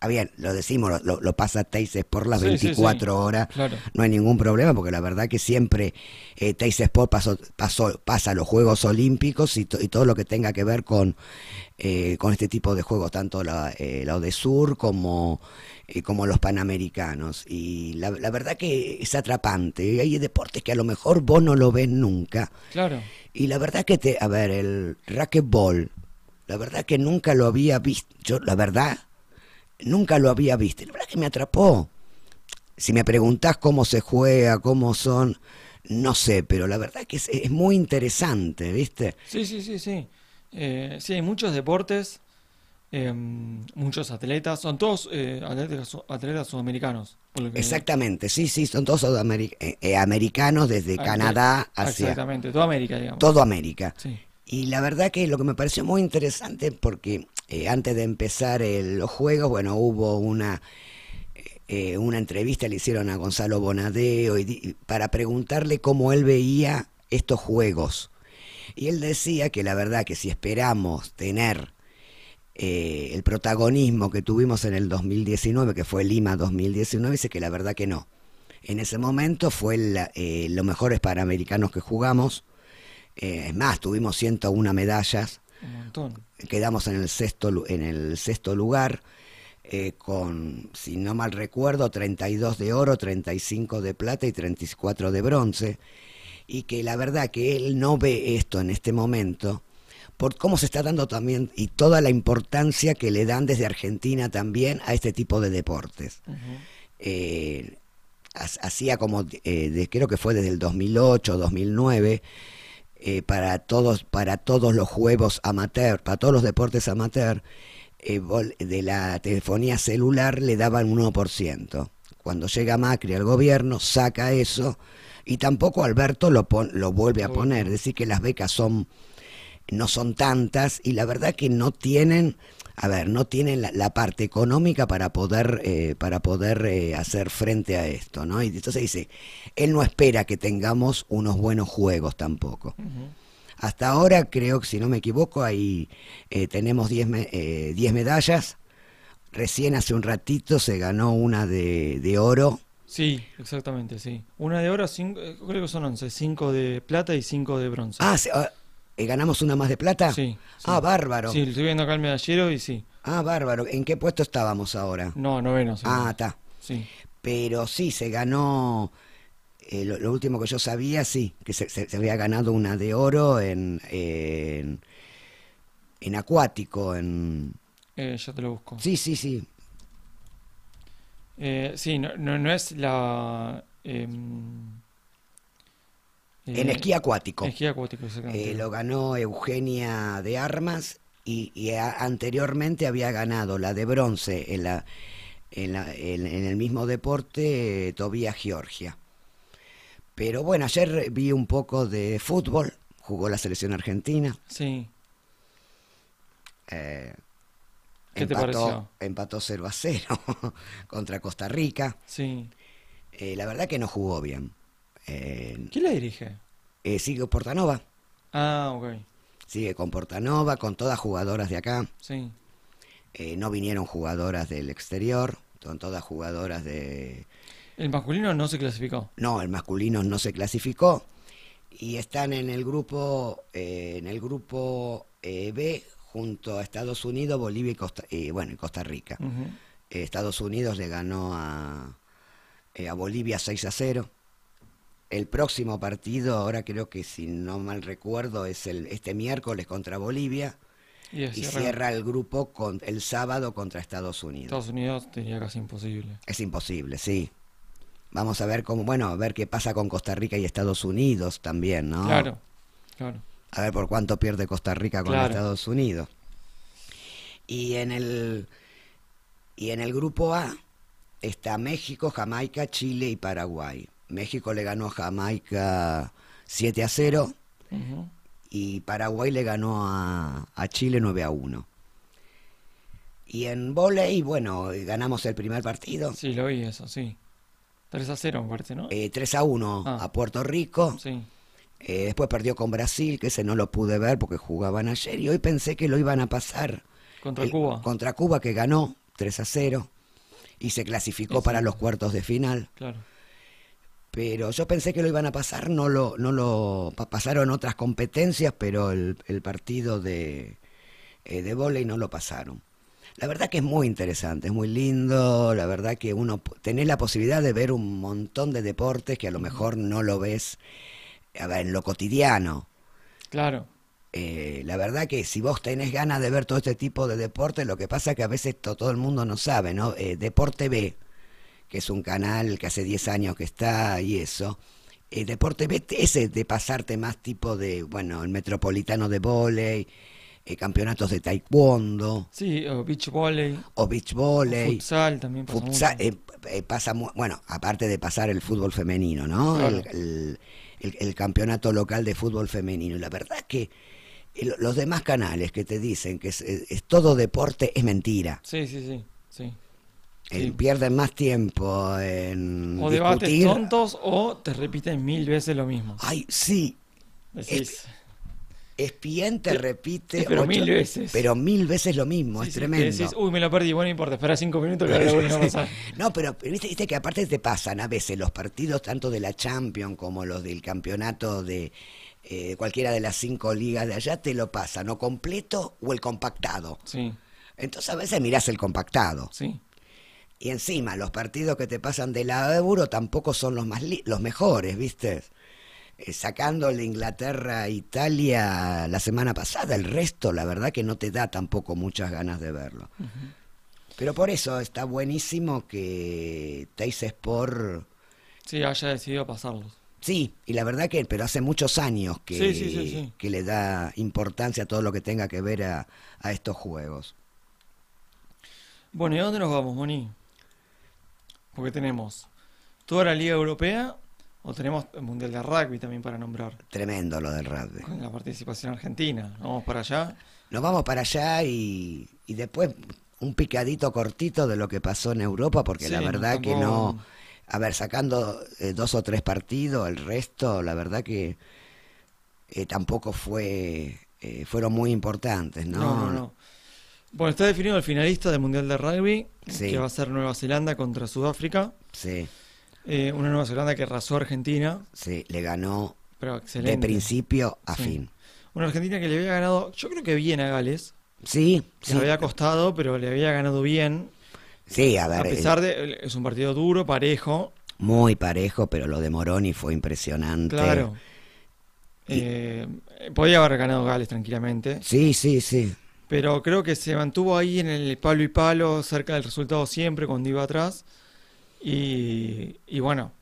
ah, bien, lo decimos, lo- lo, lo pasa Teis Sport las Sí, sí, sí. 24 horas, Claro. no hay ningún problema, porque la verdad que siempre eh, Teis Sport pasó, pasó, pasa los Juegos Olímpicos y, to- y todo lo que tenga que ver con, eh, con este tipo de juegos, tanto la, eh, la Odesur como, eh, como los Panamericanos. Y la, la verdad que es atrapante. Hay deportes que a lo mejor vos no lo ves nunca. Claro. Y la verdad que te, a ver, el racquetball, la verdad que nunca lo había visto, yo la verdad, nunca lo había visto. Y La verdad que me atrapó. Si me preguntás cómo se juega, cómo son, no sé, pero la verdad que es, es muy interesante, ¿viste? Sí, sí, sí, sí. Eh, sí, hay muchos deportes, em, muchos atletas. Son todos eh, atletas, su- atletas sudamericanos. por lo que- Exactamente, sí, sí, son todos sudameri- eh, eh, americanos desde Ah, Canadá sí, hacia Exactamente, toda América, digamos. todo América. Sí. Y la verdad que lo que me pareció muy interesante, porque eh, antes de empezar el- los juegos, bueno, hubo una, eh, una entrevista, le hicieron a Gonzalo Bonadeo, y di- para preguntarle cómo él veía estos juegos. Y él decía que la verdad que si esperamos tener eh, el protagonismo que tuvimos en el 2019, que fue Lima 2019, dice que la verdad que no. En ese momento fue la- eh, los mejores panamericanos que jugamos Eh, es más, tuvimos 101 medallas, Un montón. quedamos en el sexto, lu- en el sexto lugar, eh, con, si no mal recuerdo, 32 de oro, 35 de plata y 34 de bronce. Y que la verdad que él no ve esto en este momento, por cómo se está dando también y toda la importancia que le dan desde Argentina también a este tipo de deportes Ujú. eh, ha- hacía como, eh, de- creo que fue desde el 2008, 2009, eh, para, todos, para todos los juegos amateur, para todos los deportes amateur, eh, vol- de la telefonía celular le daban un 1%. Cuando llega Macri al gobierno, saca eso y tampoco Alberto lo, pon- lo vuelve a Oh. poner. Es decir, que las becas son no son tantas y la verdad que no tienen a ver no tienen la, la parte económica para poder eh, para poder eh, hacer frente a esto no y entonces dice él no espera que tengamos unos buenos juegos tampoco hasta ahora creo que si no me equivoco ahí eh, tenemos 10 me- eh, 10 medallas recién hace un ratito se ganó una de, de oro Sí, exactamente, sí. Una de oro, cinco, eh, creo que son 11, 5 de plata y 5 de bronce. ah se- ah, eh, ganamos una más de plata Sí, sí. ah bárbaro Sí, estoy viendo acá el medallero y sí. ah bárbaro en qué puesto estábamos ahora No, noveno. sí. ah está Sí. pero sí se ganó eh, lo, lo último que yo sabía sí que se, se- se había ganado una de oro en en, en acuático en Eh, ya te lo busco. sí sí sí Eh, sí, no, no, no es la... em, eh, en esquí acuático esquí acuático, Eh, exactamente. lo ganó Eugenia de Armas y, y a- anteriormente había ganado la de bronce en la en, la- en- en el mismo deporte eh, Tobías Georgia pero bueno ayer vi un poco de fútbol jugó la selección argentina Sí, Eh, ¿Qué te empató, pareció? Empató 0 a 0 *laughs* contra Costa Rica. sí. Eh, la verdad que no jugó bien. Eh, ¿Quién la dirige? eh, sigue Portanova, Ah, ok. sigue con Portanova, con todas jugadoras de acá. Sí. Eh, no vinieron jugadoras del exterior, son todas jugadoras de... El masculino no se clasificó. No, el masculino no se clasificó. Y están en el grupo, eh, en el grupo eh, B junto a Estados Unidos, Bolivia y Costa, y, bueno, y Costa Rica. Ujú. Eh, Estados Unidos le ganó a, eh, a Bolivia 6 a 0. El próximo partido, ahora creo que si no mal recuerdo, es el, este miércoles contra Bolivia Y, y cierra cierra el grupo con, el sábado contra Estados Unidos. Estados Unidos tenía casi imposible. Es imposible, sí. Vamos a ver cómo, bueno, a ver qué pasa con Costa Rica y Estados Unidos también, ¿no? Claro, claro. A ver por cuánto pierde Costa Rica con Claro. Estados Unidos. Y en el y en el grupo A está México, Jamaica, Chile y Paraguay. México le ganó a Jamaica 7 a 0 Ujú. y Paraguay le ganó a, a Chile 9 a 1. Y en volei, bueno, ganamos el primer partido Sí, lo vi eso, sí. 3 a 0 me parece, ¿no? eh, 3 a 1 Ah. a Puerto Rico. Sí. Eh, después perdió con Brasil, que ese no lo pude ver porque jugaban ayer. Y hoy pensé que lo iban a pasar. Contra El- Cuba. Eh, Contra Cuba, que ganó 3 a 0 y se clasificó Exacto. para los cuartos de final. Claro. Pero yo pensé que lo iban a pasar, no lo, no lo pa- pasaron otras competencias, pero el, el partido de, eh, de vóley no lo pasaron. La verdad que es muy interesante, es muy lindo, la verdad que uno p- tenés la posibilidad de ver un montón de deportes que a lo mejor no lo ves a ver, en lo cotidiano. Claro. Eh, la verdad que si vos tenés ganas de ver todo este tipo de deportes, lo que pasa es que a veces to- todo el mundo no sabe, ¿no? Eh, Deporte B, que es un canal que hace 10 años que está y eso. Eh, Deporte B te- ese de pasarte más tipo de, bueno, el metropolitano de volei, eh, campeonatos de taekwondo, Sí, o beach volley, o o beach volley. futsal también pasa Futsa- mucho. eh, eh, pasa mu- bueno, aparte de pasar el fútbol femenino, ¿no? Claro. El, el- el- el campeonato local de fútbol femenino. Y la verdad que el- los demás canales que te dicen que es, es- es todo deporte es mentira. Sí, sí, sí. sí. Eh, Sí. pierden más tiempo en O debates Mm, discutir. Ah, tontos o te repiten mil veces lo mismo. Ay, sí. Decís, ESPN te Sí, repite. sí, eh, pero mil veces. Pero mil veces lo mismo, sí, es sí, tremendo. que decís, uy, me lo perdí, bueno, no importa, espera cinco minutos *laughs* que ahora lo vuelven a pasar. No, pero viste, viste que aparte te pasan a veces los partidos tanto de la Champions como los del campeonato de eh, cualquiera de las cinco ligas de allá, te lo pasan o completo o el compactado. Sí, Entonces a veces mirás el compactado. sí. Y encima, los partidos que te pasan de la Euro tampoco son los, más li- los mejores, ¿viste? Eh, sacándole Inglaterra a Italia la semana pasada, el resto, la verdad que no te da tampoco muchas ganas de verlo. Pero por eso está buenísimo que Teis Sport. Sí, haya decidido pasarlos. Sí, y la verdad que, pero hace muchos años que, Sí, sí, sí, sí. que le da importancia a todo lo que tenga que ver a, a estos juegos. Bueno, ¿y a dónde nos vamos, Moni? Porque tenemos toda la Liga Europea o tenemos el Mundial de Rugby también para nombrar, Tremendo lo del rugby. con la participación argentina. Vamos para allá. Nos vamos para allá y, y después un picadito cortito de lo que pasó en Europa, porque la Sí, no, verdad que tampoco- no... A ver, sacando eh, dos o tres partidos, el resto, la verdad que eh, tampoco fue... eh, fueron muy importantes, ¿no? No, no, no. Bueno, está definido el finalista del Mundial de Rugby, Sí. que va a ser Nueva Zelanda contra Sudáfrica. Sí, Eh, una Nueva Zelanda que arrasó a Argentina, sí, le ganó pero excelente. de principio a Sí. fin. Una Argentina que le había ganado, yo creo que bien a Gales. Sí, Se sí, había costado, pero le había ganado bien. sí, a ver, A eh, pesar de. Es un partido duro, parejo. muy parejo, pero lo de Moroni fue impresionante. Claro. Eh, podía haber ganado Gales tranquilamente. Sí, sí, sí. Pero creo que se mantuvo ahí en el palo y palo, cerca del resultado siempre, cuando iba atrás. Y, y bueno,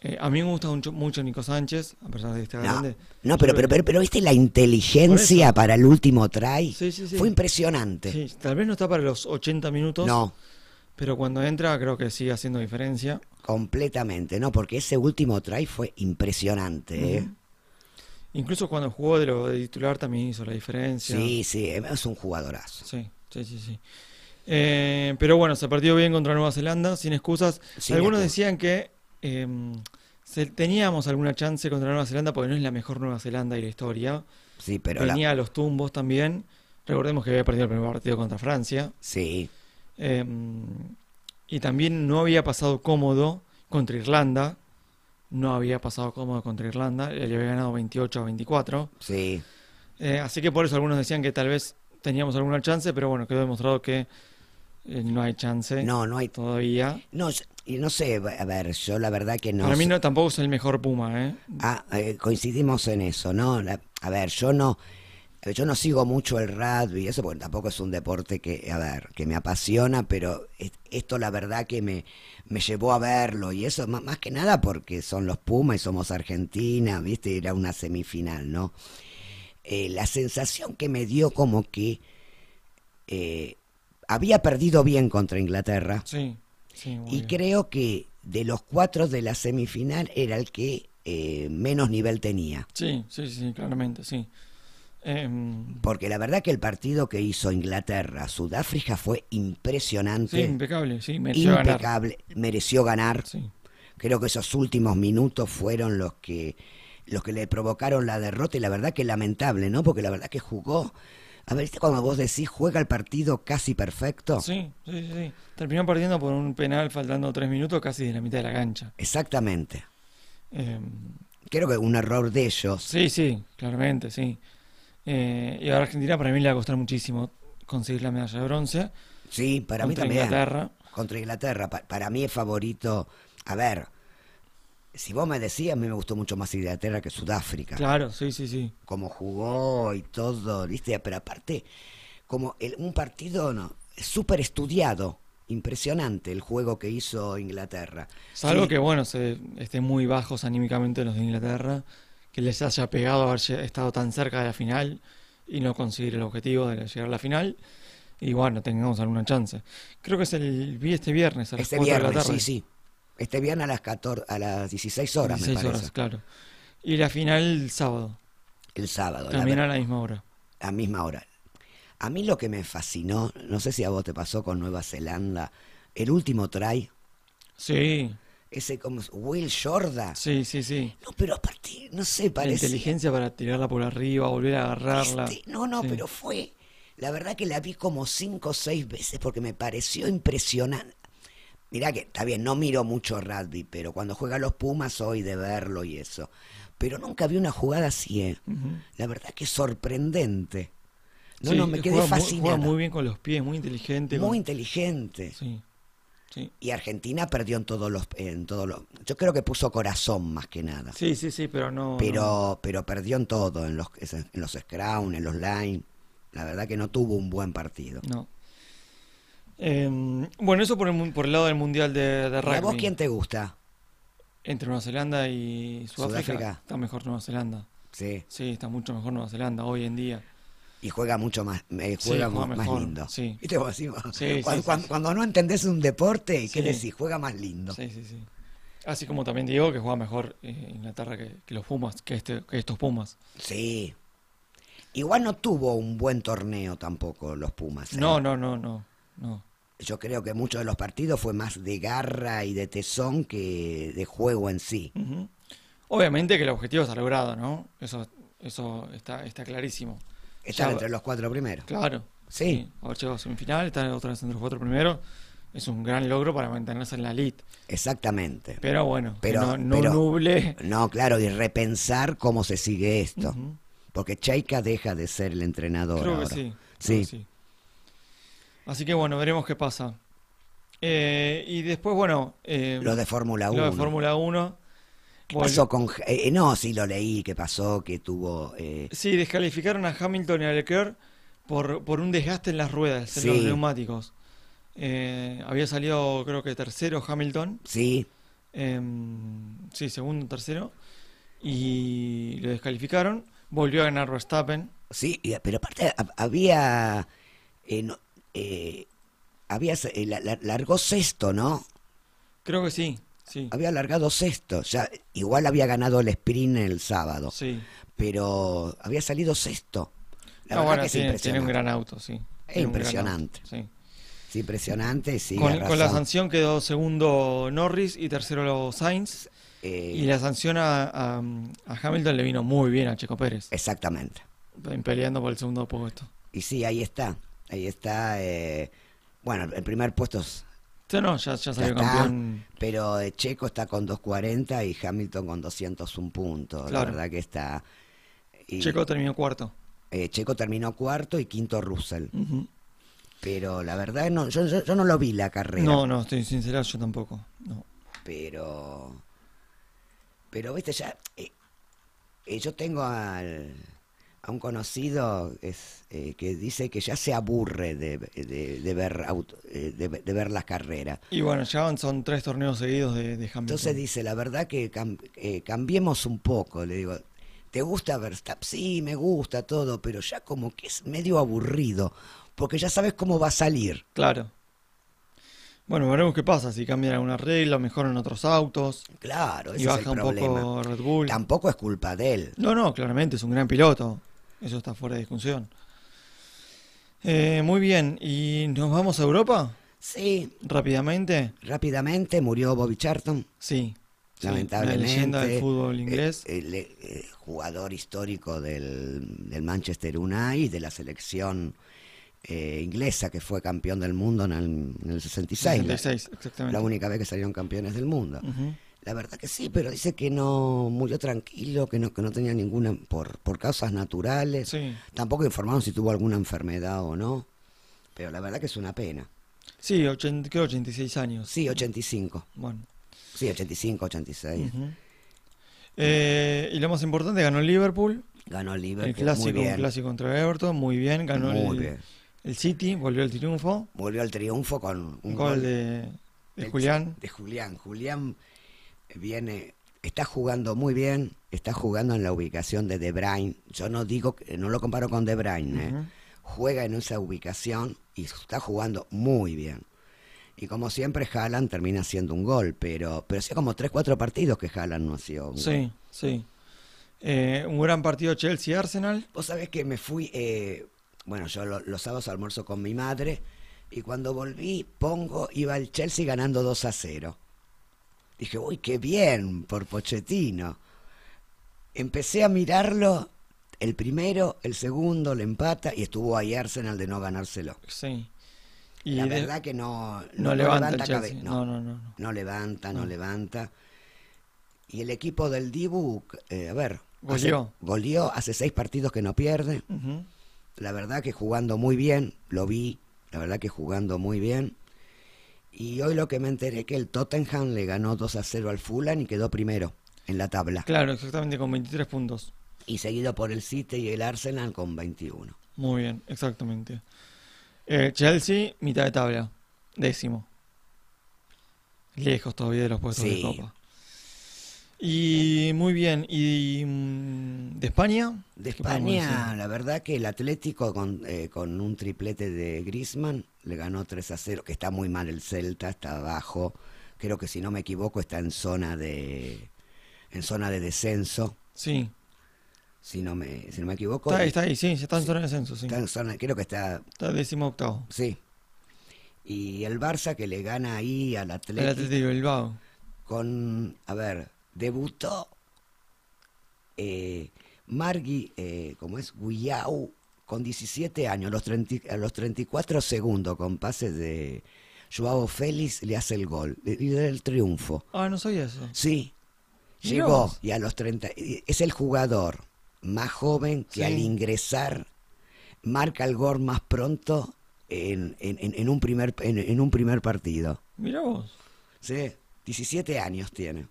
eh, a mí me gusta mucho, mucho Nico Sánchez, a pesar de este que está No, grande. no, pero, pero, pero, pero viste la inteligencia para el último try. Sí, sí, sí. Fue impresionante. Sí, tal vez no está para los 80 minutos, No, pero cuando entra creo que sigue haciendo diferencia. completamente, no, porque ese último try fue impresionante. ¿eh? Ujú. Incluso cuando jugó de lo de titular también hizo la diferencia. Sí, sí, eh, es un jugadorazo. Sí, sí, sí. sí. Eh, pero bueno, se partió bien contra Nueva Zelanda, sin excusas. Sin Algunos excusas. decían que em, se- teníamos alguna chance contra Nueva Zelanda porque no es la mejor Nueva Zelanda de la historia. Sí, pero la- Tenía los tumbos también. Recordemos que había perdido el primer partido contra Francia. Sí, Em, y también no había pasado cómodo contra Irlanda. No había pasado cómodo contra Irlanda. Le había ganado 28 a 24. sí. Eh, así que por eso algunos decían que tal vez teníamos alguna chance, pero bueno, quedó demostrado que eh, no hay chance No, no hay. todavía. No, y no sé, a ver, yo la verdad que no. Para mí sé. no, tampoco es el mejor Puma, ¿eh? Ah, eh, coincidimos en eso, ¿no? La- a ver, yo no, eh, yo no sigo mucho el rugby, y eso porque tampoco es un deporte que, a ver, que me apasiona, pero es- esto la verdad que me, me llevó a verlo y eso ma- más, que nada porque son los Pumas y somos Argentina, ¿viste? Era una semifinal, ¿no? Eh, la sensación que me dio como que eh, había perdido bien contra Inglaterra. Sí, sí. muy Y bien. creo que de los cuatro de la semifinal era el que eh, menos nivel tenía. Sí, sí, sí, claramente, sí. Em, Porque la verdad que el partido que hizo Inglaterra, Sudáfrica fue sí, impresionante, impecable, sí, mereció ganar. impecable, mereció ganar. Sí, Creo que esos últimos minutos fueron los que los que le provocaron la derrota y la verdad que lamentable, ¿no? Porque la verdad que jugó. A ver, ¿viste cuando vos decís juega el partido casi perfecto? sí, sí, sí, sí. Terminó perdiendo por un penal faltando tres minutos casi de la mitad de la cancha. Exactamente. Em, Creo que un error de ellos. Sí, sí, claramente, sí. Eh, y ahora Argentina para mí le va a costar muchísimo conseguir la medalla de bronce Sí, para mí contra también. Inglaterra. contra Inglaterra. Pa- para mí es favorito. A ver, si vos me decías, a mí me gustó mucho más Inglaterra que Sudáfrica. Claro, sí, sí, sí. Como jugó y todo, ¿viste? Pero aparte, como el- un partido no, súper estudiado. Impresionante el juego que hizo Inglaterra. Salvo Sí, que, bueno, se, estén muy bajos anímicamente los de Inglaterra, que les haya pegado haber lle- estado tan cerca de la final y no conseguir el objetivo de llegar a la final. Y bueno, tengamos alguna chance. Creo que es el vi este viernes a las Este 4 de la viernes, tarde. sí, sí. Este viernes a las, 14, a las 16 horas, 16 me parece. horas, claro. Y la final el sábado, El sábado, la también ver- a la misma hora. a misma hora. A mí lo que me fascinó, no sé si a vos te pasó con Nueva Zelanda, el último try, Sí, ese como es, Will Jordan. sí, sí, sí. No, pero aparte, no sé, La Ah. parece. Este. inteligencia para tirarla por arriba, volver a agarrarla. no, no, Sí. pero fue. La verdad que la vi como cinco o seis veces porque me pareció impresionante. Mirá que está bien, no miro mucho rugby, pero cuando juega los Pumas soy de verlo y eso. Pero nunca vi una jugada así, ¿eh? Ujú. La verdad que es sorprendente. No, Sí, eh, no, me quedé juega muy- fascinado. Juega Muy, muy bien con los pies, muy inteligente. con- inteligente. Sí. Sí. Y Argentina perdió en todos los, en todos los. Yo creo que puso corazón más que nada. sí, sí, sí, pero no. no. pero, pero perdió en todo, en los, en los scrum, en los line. La verdad que no tuvo un buen partido. no. Em, bueno, eso por el, mun- por el lado del mundial de, de ¿Y rugby. a vos quién te gusta? Entre Nueva Zelanda y Sudáfrica, Sudáfrica. está mejor Nueva Zelanda. Sí. Sí, está mucho mejor Nueva Zelanda hoy en día. Y juega mucho más, eh, Sí, juega juega mu- más mejor, lindo. sí. ¿Viste cómo decimos? Sí, cuando, sí, cuando- sí. cuando no entendés un deporte, ¿qué Sí. decís? Juega más lindo. Sí, sí, sí. Así como también digo que juega mejor eh, Inglaterra que, que los Pumas, que, este, que estos Pumas. Sí. Igual no tuvo un buen torneo tampoco los Pumas. ¿eh? No, no, no, no, no. Yo creo que muchos de los partidos fue más de garra y de tesón que de juego en sí. Ujú. Obviamente que el objetivo está logrado, ¿no? Eso, eso está, está clarísimo. Estar Ya- entre los cuatro primeros. Claro. Sí. Haber llegado a semifinal, estar otra vez entre los cuatro primeros, es un gran logro para mantenerse en la elite. Exactamente. Pero bueno, que Pero- no, no pero- nuble. No, claro, y repensar cómo se sigue esto. Ujú. Porque Cheika deja de ser el entrenador Creo que ahora. sí. creo Sí. que sí. Así que bueno, veremos qué pasa. Eh, y después, bueno, eh, Lo de Fórmula 1. lo de Fórmula 1. ¿Qué pasó con.? eh, no, sí lo leí, que pasó, que tuvo. eh, Sí, descalificaron a Hamilton y a Leclerc por, por un desgaste en las ruedas, en los Sí. neumáticos. Eh, había salido, creo que tercero Hamilton. sí, em, sí, segundo, tercero. Y lo descalificaron. Volvió a ganar Verstappen. sí, y- pero aparte ha- había. eh, no, eh, había eh, la- la- largó sexto, ¿no? Creo que sí. Sí. Había largado sexto. Ya, igual había ganado el sprint el sábado, sí. pero había salido sexto. La No, verdad Ah, bueno, que es tiene, tiene un impresionante. gran auto, sí. Tiene un gran impresionante. auto, sí. Es impresionante, sí. Con, con la razón. sanción quedó segundo Norris y tercero Sainz. Eh, Y la sanción a, a- a Hamilton le vino muy bien a Checo Pérez. Exactamente. Peleando por el segundo puesto. Y sí, ahí está. Ahí está. eh, bueno, el primer puesto es- Sí, no, ya, ya ya salió está. campeón. Pero eh, Checo está con 2.40 y Hamilton con 201 puntos. La Claro. verdad que está. y, Checo terminó cuarto. eh, Checo terminó cuarto y quinto Russell. Ujú. Pero la verdad, no, yo, yo- yo no lo vi la carrera. No, no, estoy sincero, yo tampoco. No. Pero. Pero, viste, ya. eh, eh, yo tengo al- a un conocido es, eh, que dice que ya se aburre de, de- de ver, auto- eh, de, de ver las carreras. Y bueno, ya van- son tres torneos seguidos de, de Hamilton. Entonces dice, la verdad que cam- eh, cambiemos un poco. Le digo, ¿te gusta Verstappen? Sí, me gusta todo, pero ya como que es medio aburrido, porque ya sabes cómo va a salir. Claro. Bueno, veremos qué pasa, si cambian alguna regla, mejoran otros autos Claro, ese y es baja el un problema. poco Red Bull. Tampoco es culpa de él. No, no, claramente es un gran piloto. Eso está fuera de discusión. Eh, muy bien, ¿y nos vamos a Europa? Sí, Rápidamente. rápidamente murió Bobby Charlton. Sí. Sí, lamentablemente. Una leyenda del fútbol inglés. Eh, el, eh, jugador histórico del, del Manchester United, de la selección eh, inglesa que fue campeón del mundo en el, en el 66. la- 66, La, exactamente. Mm. única vez que salieron campeones del mundo. Ujú. La verdad que sí, pero dice que no murió tranquilo, que no, que no tenía ninguna, por, por causas naturales. Sí. Tampoco informaron si tuvo alguna enfermedad o no. Pero la verdad que es una pena. Sí, 80, creo 86 años. Sí, 85. Bueno. Sí, 85, 86. Ujú. Eh, y lo más importante, ganó el Liverpool. Ganó el Liverpool. El clásico, muy un bien. clásico contra Everton. Muy bien, ganó Muy el, bien. el City, volvió el triunfo. Volvió al triunfo con un Un gol de, de del- Julián. De Julián. Julián viene, está jugando muy bien, está jugando en la ubicación de De Bruyne. Yo no digo, que- no lo comparo con De Bruyne. ¿eh? Ujú. Juega en esa ubicación y está jugando muy bien. Y como siempre, Haaland termina haciendo un gol, pero pero hacía como 3-4 partidos que Haaland no hacía un gol. Sí, sí. Eh, un gran partido Chelsea-Arsenal. Vos sabés que me fui, eh, bueno, yo lo- los sábados almuerzo con mi madre y cuando volví, pongo, iba el Chelsea ganando 2 a 0. Dije, uy, qué bien, por Pochettino. Empecé a mirarlo, el primero, el segundo, le empata y estuvo ahí Arsenal de no ganárselo. Sí. Y la de- verdad que no, no, levanta, el cabe- Chelsea. No, no, no. no. no levanta, no, No. levanta. Y el equipo del Dibu, eh, a ver, Goleó. hace- goleó, hace seis partidos que no pierde. Ujú. La verdad que jugando muy bien, lo vi, la verdad que jugando muy bien. Y hoy lo que me enteré que el Tottenham le ganó 2 a 0 al Fulham y quedó primero en la tabla. Claro, exactamente, con 23 puntos. Y seguido por el City y el Arsenal con 21. Muy bien, exactamente. Eh, Chelsea, mitad de tabla. Décimo. Lejos todavía de los puestos Sí. de Copa. Y muy bien. ¿Y mm, de España? De ¿Qué podemos España, decir? la verdad que el Atlético con, eh, con un triplete de Grisman le ganó 3 a 0, que está muy mal el Celta, está abajo. Creo que si no me equivoco está en zona de en zona de descenso, Sí, si no me si no me equivoco. está, está ahí, sí, ya está en zona de descenso, sí. Está en zona, creo que está, Está décimo octavo. sí. Y el Barça que le gana ahí al El Atlético Atlético de Bilbao. con, a ver, debutó eh, Margui, eh, como es, Guiau, con 17 años, a los, 30 a los 34 segundos, con pases de Joao Félix, le hace el gol, le, le da el triunfo. Ah, no sabía eso. Sí, Mirá llegó vos. y a los 30, y es el jugador más joven que Sí. al ingresar marca el gol más pronto en, en- en- en un, primer, en- en un primer partido. Mira vos. Sí, 17 años tiene.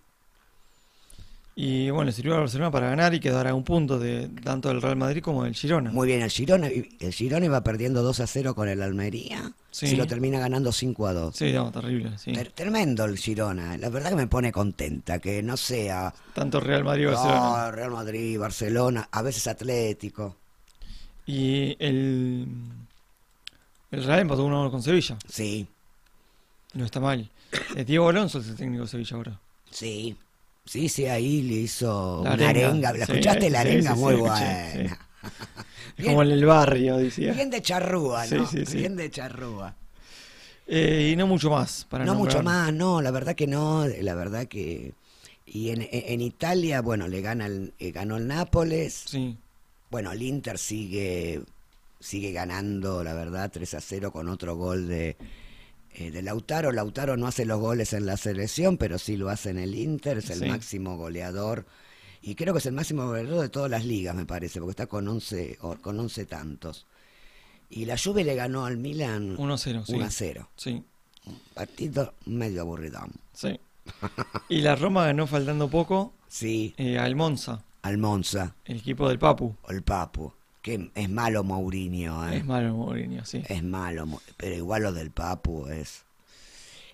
Y bueno, le sirvió al Barcelona para ganar y quedar a un punto de tanto del Real Madrid como del Girona. Muy bien, el Girona, el Girona iba perdiendo 2 a 0 con el Almería. Sí. Se lo termina ganando 5 a 2. Sí, no, terrible, sí. Ter- Tremendo el Girona. La verdad que me pone contenta que no sea Tanto Real Madrid y no, Barcelona. Real Madrid, Barcelona, a veces Atlético. Y el, el Real empató 1 con Sevilla. Sí, No está mal. Eh, Diego Alonso es el técnico de Sevilla ahora. sí. Sí, sí, ahí le hizo La una arenga. arenga. ¿La Sí, escuchaste? La sí, arenga sí, muy sí, buena. escuché, sí. Es Bien. como en el barrio, decía. Bien de charrúa, Sí, ¿no? sí, sí. Bien de charrúa. Eh, y no mucho más. Para No mucho nombrar. más, no, la verdad que no, la verdad que... Y en, en- en Italia, bueno, le gana el, eh, ganó el Nápoles, Sí. bueno, el Inter sigue, sigue ganando, la verdad, 3 a 0 con otro gol de, eh, de Lautaro. Lautaro no hace los goles en la selección, pero sí lo hace en el Inter, es el Sí. máximo goleador. Y creo que es el máximo goleador de todas las ligas, me parece, porque está con 11, o- con 11 tantos. Y la Juve le ganó al Milan 1 1-0, sí. a 0. Sí, Partido medio aburridón. sí. Y la Roma ganó faltando poco Sí, eh, al Monza, al Monza el equipo del Papu. o el Papu. Que es malo Mourinho, ¿eh? Es malo Mourinho, sí. Es malo, Mo- pero igual lo del Papu es.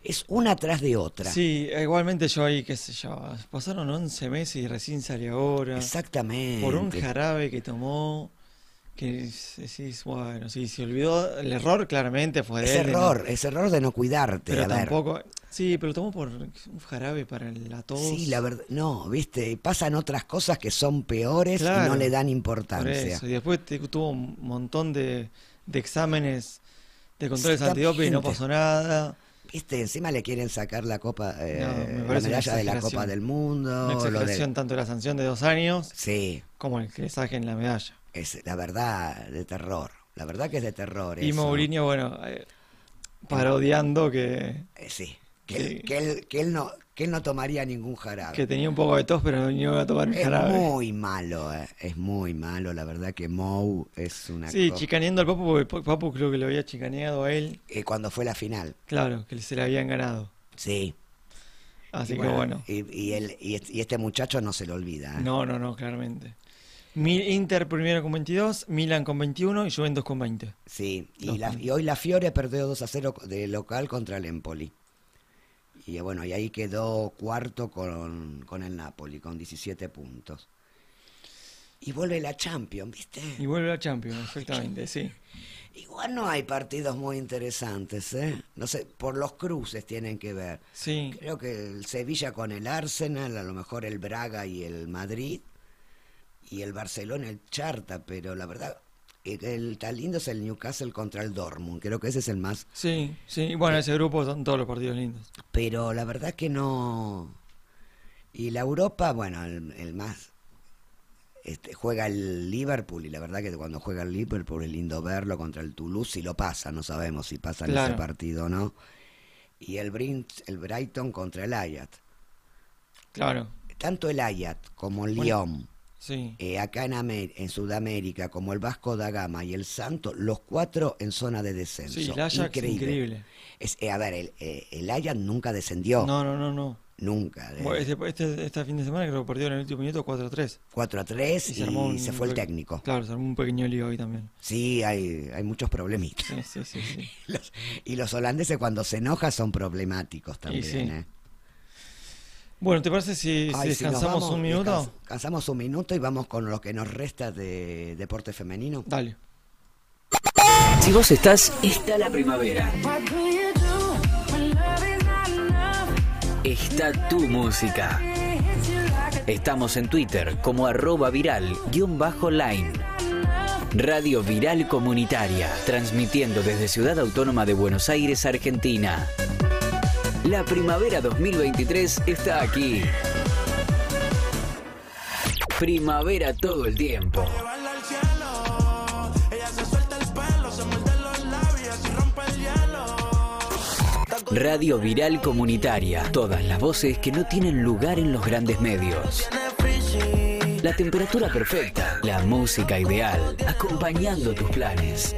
Es una tras de otra. Sí, igualmente yo ahí, qué sé yo, pasaron 11 meses y recién sale ahora. Exactamente. por un jarabe que tomó que es- decís, bueno, sí, se olvidó el error claramente fue de Ese él, de no- error, ese error de no cuidarte. pero a ver. tampoco, sí, pero tomó por un jarabe para la tos. Sí, la verdad. No, viste, y pasan otras cosas que son peores y Claro. no le dan por importancia. eso. Y después te- tuvo un montón de, de exámenes de controles Exactamente. antidoping y no pasó nada. Viste, encima le quieren sacar la copa, eh, No, me la parece una medalla de la exageración. Copa del Mundo. Una lo de- exageración tanto de la sanción de dos años Sí, como el que le saquen la medalla. es la verdad de terror. La verdad que es de terror. Y eso. Mourinho, bueno, eh, parodiando que, Eh, sí. Que, él- Sí. que él, que él no, que él no tomaría ningún jarabe. que tenía un poco de tos, pero no iba a tomar un Es jarabe. muy malo, eh, es muy malo. La verdad que Mou es una Sí, cosa. chicaneando al Papu, porque Pa- Papu creo que lo había chicaneado a él. Eh, cuando fue la final, Claro, que se le habían ganado. sí. Así Y que bueno. Y, y él- y es- y este muchacho no se lo olvida. ¿eh? No, no, no, claramente. Mi- Inter primero con 22, Milan con 21 y Juventus con 20. Sí, y, Los la- puntos. y hoy la Fiore perdió 2 a 0 de local contra el Empoli. Y eh, bueno, y ahí quedó cuarto con, con el Napoli, con 17 puntos. Y vuelve la Champions, ¿viste? Y vuelve a Champions, exactamente, sí. Igual no hay partidos muy interesantes, ¿eh? No sé, por los cruces tienen que ver. Sí, Creo que el Sevilla con el Arsenal, a lo mejor el Braga y el Madrid, y el Barcelona el Charta, pero la verdad, el, el tan lindo es el Newcastle contra el Dortmund, creo que ese es el más. sí, sí. Y bueno, ese grupo son todos los partidos lindos. Pero la verdad que no. Y la Europa, bueno, el, el más. Este, juega el Liverpool y la verdad que cuando juega el Liverpool es lindo verlo contra el Toulouse y lo pasa, no sabemos si pasa en Claro. ese partido o no. Y el, Brin- el Brighton contra el Ayat. Claro, Tanto el Ayat como el Bueno. Lyon, sí. eh, acá en, Amer- en Sudamérica, como el Vasco da Gama y el Santo, los cuatro en zona de descenso. Sí, el Ajax, increíble. Es, eh, a ver, el, eh, el Ajax nunca descendió, No, no, no, no. nunca. eh, Bueno, Este, este- este fin de semana creo que perdió en el último minuto 4-3. 4 a 3 y, se, armó un- fue el técnico. Claro, se armó un pequeño lío ahí también. Sí, hay, hay muchos problemitas. Sí, sí, sí. sí. Los- y los holandeses cuando se enojan son problemáticos también. sí. ¿eh? Bueno, ¿te parece si, si Ay, si nos descansamos vamos, un minuto? descans- Descansamos un minuto y vamos con lo que nos resta de deporte femenino. Dale. Si vos estás, está la primavera. What do you do when love is not enough? Está tu música. It hits you like a Estamos en Twitter como arroba viral guión bajo line. Radio Viral Comunitaria, transmitiendo desde Ciudad Autónoma de Buenos Aires, Argentina. La primavera 2023 está aquí. Primavera todo el tiempo. Radio Viral Comunitaria. Todas las voces que no tienen lugar en los grandes medios. La temperatura perfecta, la música ideal, acompañando tus planes.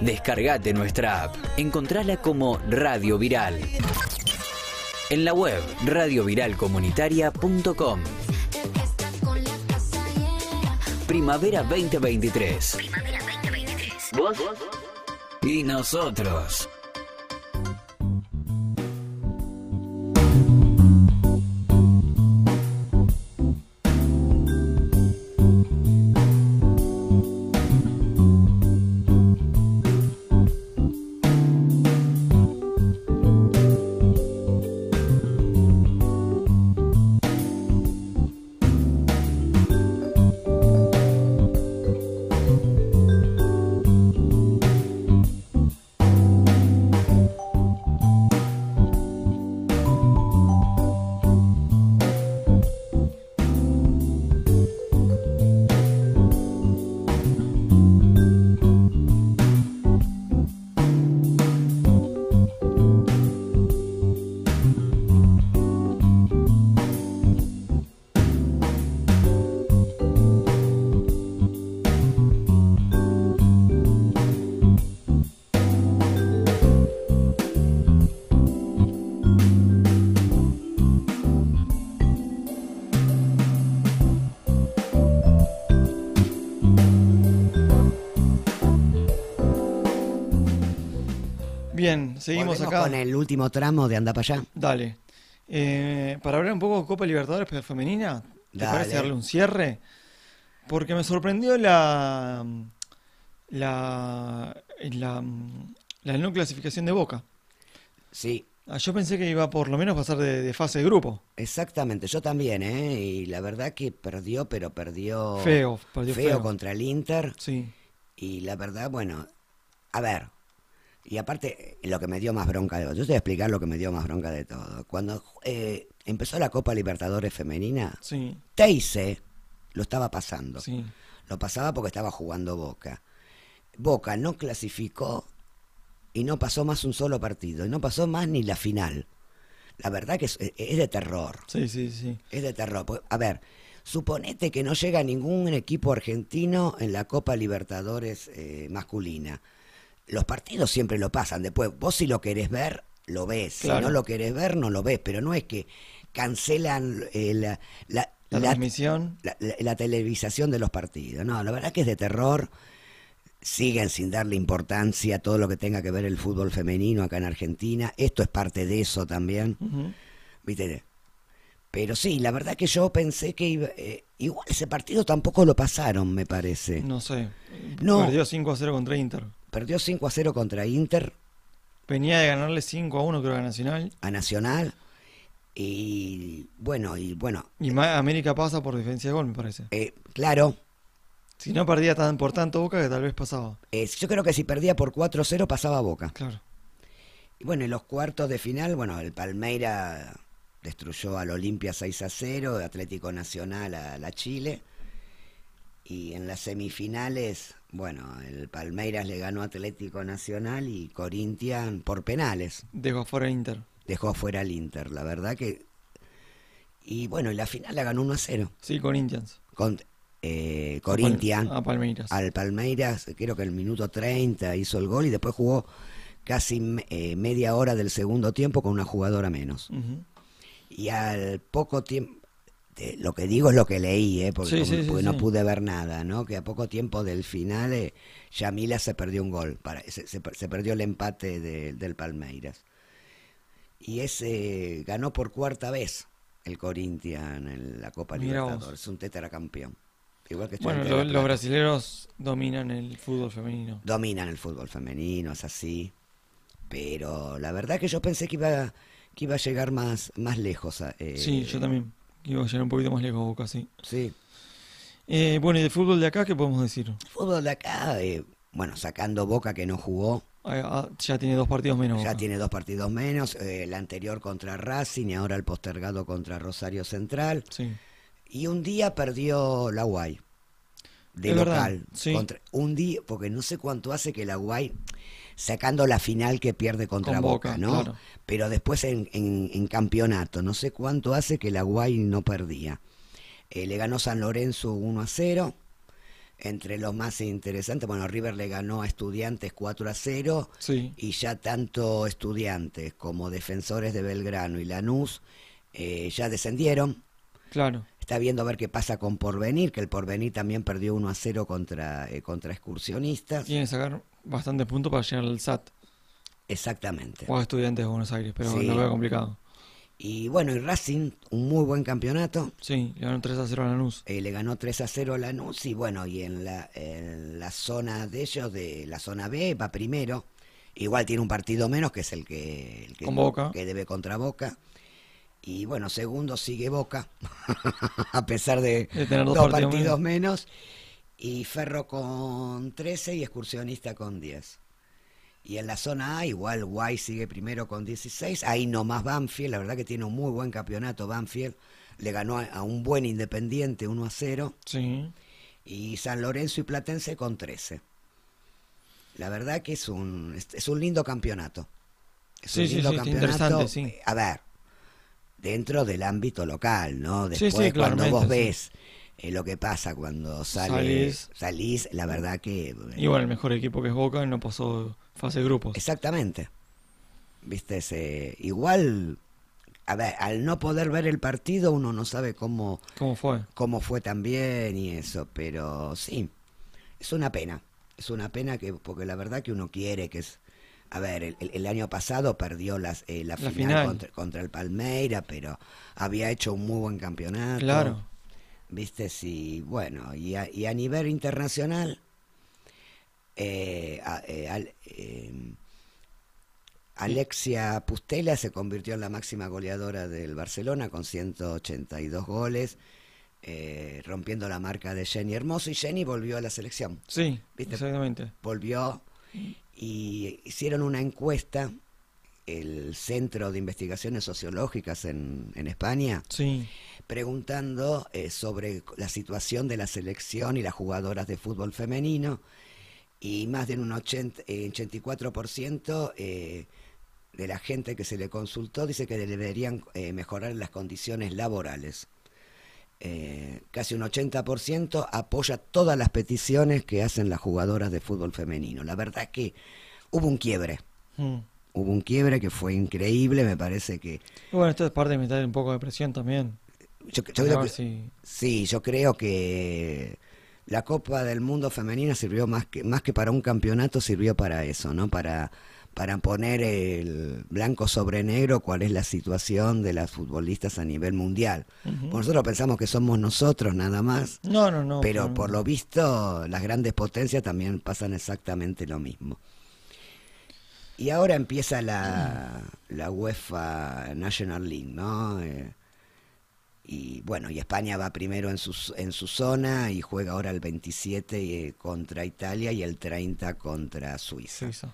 Descargate nuestra app. Encontrala como Radio Viral. En la web radioviralcomunitaria.com. Primavera 2023. ¿Vos? Y nosotros. Bien, seguimos Volvemos acá. con el último tramo de Anda para allá. Dale. Eh, para hablar un poco de Copa Libertadores pero femenina, ¿te Dale. parece darle un cierre? Porque me sorprendió la la la, la no clasificación de Boca. Sí, Ah, Yo pensé que iba por lo menos a pasar de, de fase de grupo. exactamente. Yo también, ¿eh? Y la verdad que perdió, pero perdió Feo, perdió feo feo. contra el Inter. Sí, Y la verdad, bueno, a ver. Y aparte, lo que me dio más bronca de todo, yo te voy a explicar lo que me dio más bronca de todo. Cuando eh, empezó la Copa Libertadores Femenina, sí, Teise lo estaba pasando. sí. Lo pasaba porque estaba jugando Boca. Boca no clasificó y no pasó más un solo partido. Y no pasó más ni la final. La verdad que es, es de terror. Sí, sí, sí. Es de terror. Pues, A ver, suponete que no llega ningún equipo argentino en la Copa Libertadores eh, masculina. Los partidos siempre lo pasan. Después, vos si lo querés ver, lo ves. Si Claro. no lo querés ver, no lo ves. Pero no es que cancelan eh, la, la- La, la- transmisión. la- la- la televisación de los partidos. No, la verdad que es de terror. Siguen sin darle importancia a todo lo que tenga que ver el fútbol femenino acá en Argentina. Esto es parte de eso también. Ujú. ¿Viste? Pero sí, la verdad que yo pensé que iba- eh, igual ese partido tampoco lo pasaron, me parece. No sé. No. Perdió 5 a 0 contra Inter. Perdió 5 a 0 contra Inter Venía de ganarle 5 a 1 creo a Nacional. a Nacional. Y bueno, y bueno, Y Ma- América pasa por diferencia de gol, me parece. eh, claro, Si no perdía tan por tanto Boca que tal vez pasaba. eh, yo creo que si perdía por 4 a 0 pasaba a Boca. Claro. Y bueno, en los cuartos de final, bueno, el Palmeira destruyó al Olimpia 6 a 0, Atlético Nacional a la Chile. y en las semifinales, bueno, el Palmeiras le ganó a Atlético Nacional y Corinthians por penales. Dejó fuera Inter. Dejó fuera al Inter, la verdad que... Y bueno, y la final la ganó 1 a 0. Sí, Corinthians. Con, eh, Corinthians A Palmeiras. al Palmeiras, creo que el minuto 30 hizo el gol y después jugó casi me- eh, media hora del segundo tiempo con una jugadora menos. Ujú. Y al poco tiempo, lo que digo es lo que leí, ¿eh? porque, Sí, como- sí, sí, porque no sí. pude ver nada, ¿no? Que a poco tiempo del final, eh, Yamila se perdió un gol, para, se, se per- se perdió el empate de- del Palmeiras. Y ese eh, ganó por cuarta vez el Corinthians en la Copa Mirá vos. Libertadores, es un tetracampeón. Igual que Bueno, Estudiantes de lo- La los Plata. brasileños dominan el fútbol femenino. dominan el fútbol femenino, es así. Pero la verdad que yo pensé que iba, que iba a llegar más, más lejos. a- eh, sí, yo también. Iba a llegar un poquito más lejos Boca, sí. Sí. Eh, bueno, y de fútbol de acá, ¿qué podemos decir? Fútbol de acá, eh, bueno, sacando Boca que no jugó, Ah, ah, ya tiene dos partidos menos. ya Boca. tiene dos partidos menos, eh, el anterior contra Racing y ahora el postergado contra Rosario Central. Sí. Y un día perdió la Guay. De Es verdad, local. sí. contra- un día, porque no sé cuánto hace que la Guay, sacando la final que pierde contra Con Boca, Boca, ¿no? claro. Pero después en, en- en campeonato, no sé cuánto hace que la Guay no perdía. Eh, le ganó San Lorenzo 1 a 0. Entre los más interesantes, bueno, River le ganó a Estudiantes 4 a 0 Sí. y ya tanto estudiantes como defensores de Belgrano y Lanús eh, ya descendieron. Claro. Está viendo a ver qué pasa con Porvenir, que el Porvenir también perdió 1 a 0 contra, eh, contra excursionistas. Tiene que sacar bastantes puntos para llegar al SAT. Exactamente. O a estudiantes de Buenos Aires, pero Sí. lo veo complicado. Y bueno, y Racing, un muy buen campeonato. Sí, le ganó 3 a 0 a Lanús. Eh, le ganó 3 a 0 a Lanús y bueno, y en la, en la zona de ellos, de la zona B, va primero. Igual tiene un partido menos que es el que, el que, Con Boca. que debe contra Boca. Y bueno, segundo sigue Boca, *laughs* a pesar de, De tener dos dos partidos partidos menos. Y Ferro con 13 y Excursionista con 10. Y en la zona A, igual Guay sigue primero con 16. Ahí nomás Banfield, la verdad que tiene un muy buen campeonato. Banfield le ganó a, a un buen Independiente 1 a 0. Sí. Y San Lorenzo y Platense con 13. La verdad que es un, es, es un lindo campeonato. Es Sí, sí, sí, está interesante, sí. A ver, dentro del ámbito local, ¿no? Sí, sí, Después, cuando claramente, vos sí. ves eh, lo que pasa cuando sales, Salís. salís, la verdad que. eh, Y bueno, el mejor equipo que es Boca no pasó fase de grupos. Exactamente. Viste, ese, igual, a ver, al no poder ver el partido uno no sabe cómo, ¿Cómo fue? cómo fue también y eso, pero sí, es una pena, es una pena que, porque la verdad que uno quiere que es, a ver, el, el- el año pasado perdió las, eh, la, La final, final. Contra, contra el Palmeira, pero había hecho un muy buen campeonato. Claro. Viste, sí, bueno, y a, y a nivel internacional, eh, a- eh, al- eh, Alexia Pustela se convirtió en la máxima goleadora del Barcelona con 182 goles, eh, rompiendo la marca de Jenny Hermoso y Jenny volvió a la selección. Sí, Viste. exactamente. Volvió y hicieron una encuesta, el Centro de Investigaciones Sociológicas en, en España, Sí. preguntando eh, sobre la situación de la selección y las jugadoras de fútbol femenino y más de un 80, eh, 84% eh, de la gente que se le consultó dice que deberían eh, mejorar las condiciones laborales. Eh, casi un 80% apoya todas las peticiones que hacen las jugadoras de fútbol femenino. La verdad es que hubo un quiebre, Mm. hubo un quiebre que fue increíble, me parece que... Y bueno, esto es parte de meter un poco de presión también. Yo, yo A creo ver que, si- Sí, yo creo que la Copa del Mundo Femenina sirvió más que, más que para un campeonato, sirvió para eso, ¿no? Para, para poner el blanco sobre negro cuál es la situación de las futbolistas a nivel mundial. Ujú. Nosotros pensamos que somos nosotros nada más, No, no, no. pero no. por lo visto las grandes potencias también pasan exactamente lo mismo. Y ahora empieza la, la UEFA National League, ¿no? Eh, y bueno, y España va primero en su, en su zona y juega ahora el 27 y, eh, contra Italia y el 30 contra Suiza. Sí, eso.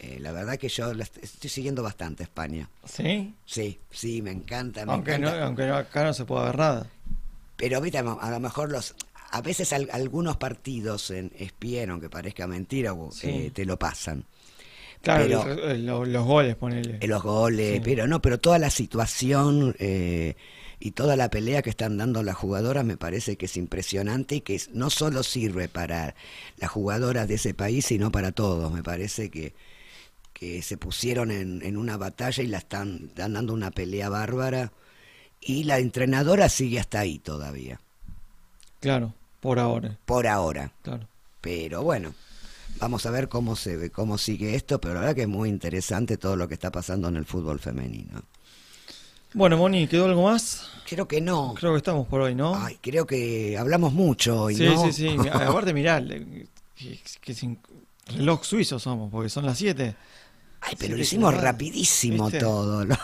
Eh, la verdad que yo la est- estoy siguiendo bastante España. ¿Sí? Sí, sí, me encanta. Me Aunque, no, encanta. aunque no- acá no se pueda ver nada. Pero viste, a lo a lo mejor los a veces al- algunos partidos en ESPN, aunque parezca mentira, vos, Sí. eh, te lo pasan. Claro, Pero- el re- el- lo- los goles, ponele. Eh, Los goles, Sí. pero no, pero toda la situación eh, y toda la pelea que están dando las jugadoras me parece que es impresionante y que es- no solo sirve para las jugadoras de ese país, sino para todos. Me parece que, que se pusieron en, en una batalla y la están, están dando una pelea bárbara y la entrenadora sigue hasta ahí todavía, Claro, por ahora, por ahora. claro. Pero bueno, vamos a ver cómo se ve, cómo sigue esto, pero la verdad que es muy interesante todo lo que está pasando en el fútbol femenino. Bueno, Moni, ¿quedó algo más? Creo que no. Creo que estamos por hoy, ¿no? Ay, creo que hablamos mucho hoy, sí, ¿no? sí, sí. Mirá, Aparte, mirá, le- que, que sin- reloj suizo somos, porque son las 7. *laughs* Ay, pero Sí, lo hicimos claro. rapidísimo ¿Viste? todo. ¿no?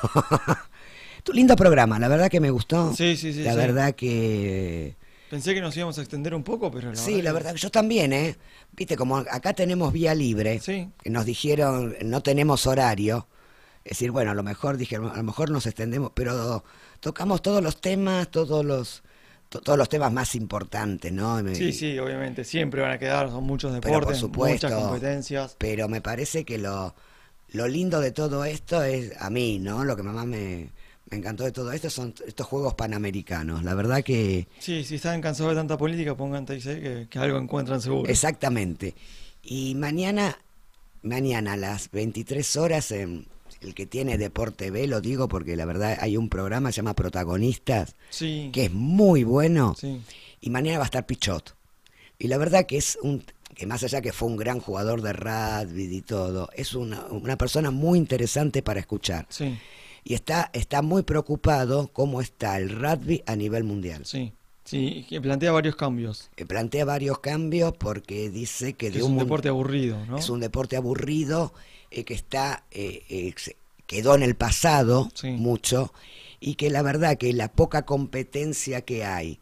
*laughs* tu lindo programa, la verdad que me gustó. Sí, sí, sí, La sí. verdad que... Pensé que nos íbamos a extender un poco, pero la sí, la que- verdad que yo también, ¿eh? Viste, como acá tenemos vía libre, Sí. que nos dijeron no tenemos horario. Es decir, bueno, a lo mejor dije, a lo mejor nos extendemos, pero tocamos todos los temas, todos los to- todos los temas más importantes, ¿no? Me- Sí, sí, obviamente. Siempre van a quedar, son muchos por deportes, supuesto. muchas competencias. Pero me parece que lo, lo lindo de todo esto es, a mí, ¿no? Lo que más me, me encantó de todo esto son estos juegos panamericanos. La verdad que, Sí, si están cansados de tanta política, pongan TIC que, que algo encuentran seguro. exactamente. Y mañana, mañana a las 23 horas, en, el que tiene Deporte B, lo digo porque la verdad hay un programa, se llama Protagonistas, Sí, que es muy bueno. sí, y mañana va a estar Pichot. Y la verdad que es un que más allá que fue un gran jugador de rugby y todo, es una, una persona muy interesante para escuchar. sí, Y está, está muy preocupado cómo está el rugby a nivel mundial. sí. Sí, que plantea varios cambios. Eh, Plantea varios cambios porque dice que, Que de es un mun- deporte aburrido, ¿no? es un deporte aburrido eh, que está eh, eh, se- quedó en el pasado Sí. mucho y que la verdad que la poca competencia que hay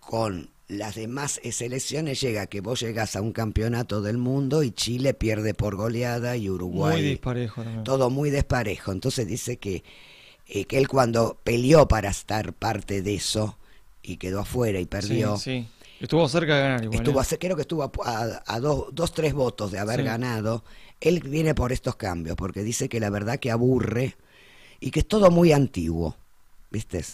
con las demás eh, selecciones llega que vos llegas a un campeonato del mundo y Chile pierde por goleada y Muy Uruguay disparejo también. todo muy desparejo entonces dice que eh, que él cuando peleó para estar parte de eso y quedó afuera y perdió Sí, sí. Estuvo cerca de ganar igual. Estuvo ¿eh? a- creo que estuvo a, a- a dos, dos, tres votos de haber Sí. ganado. Él viene por estos cambios, porque dice que la verdad que aburre y que es todo muy antiguo. ¿Viste?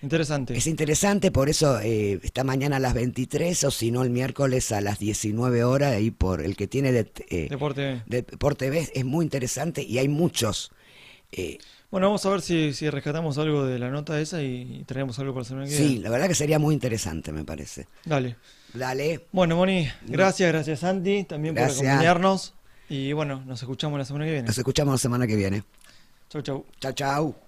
Interesante. Es interesante, por eso eh, está mañana a las 23 o si no el miércoles a las 19 horas, ahí por el que tiene de, eh, Deporte B. de- por TV, es muy interesante y hay muchos. eh, Bueno, vamos a ver si, si rescatamos algo de la nota esa y, y traemos algo para la semana que sí, viene. la verdad que sería muy interesante, me parece. Dale. Dale, Bueno, Moni, gracias, gracias Santi, también por Gracias. acompañarnos. Y bueno, nos escuchamos la semana que viene. nos escuchamos la semana que viene. Chau, chau. Chao, chao.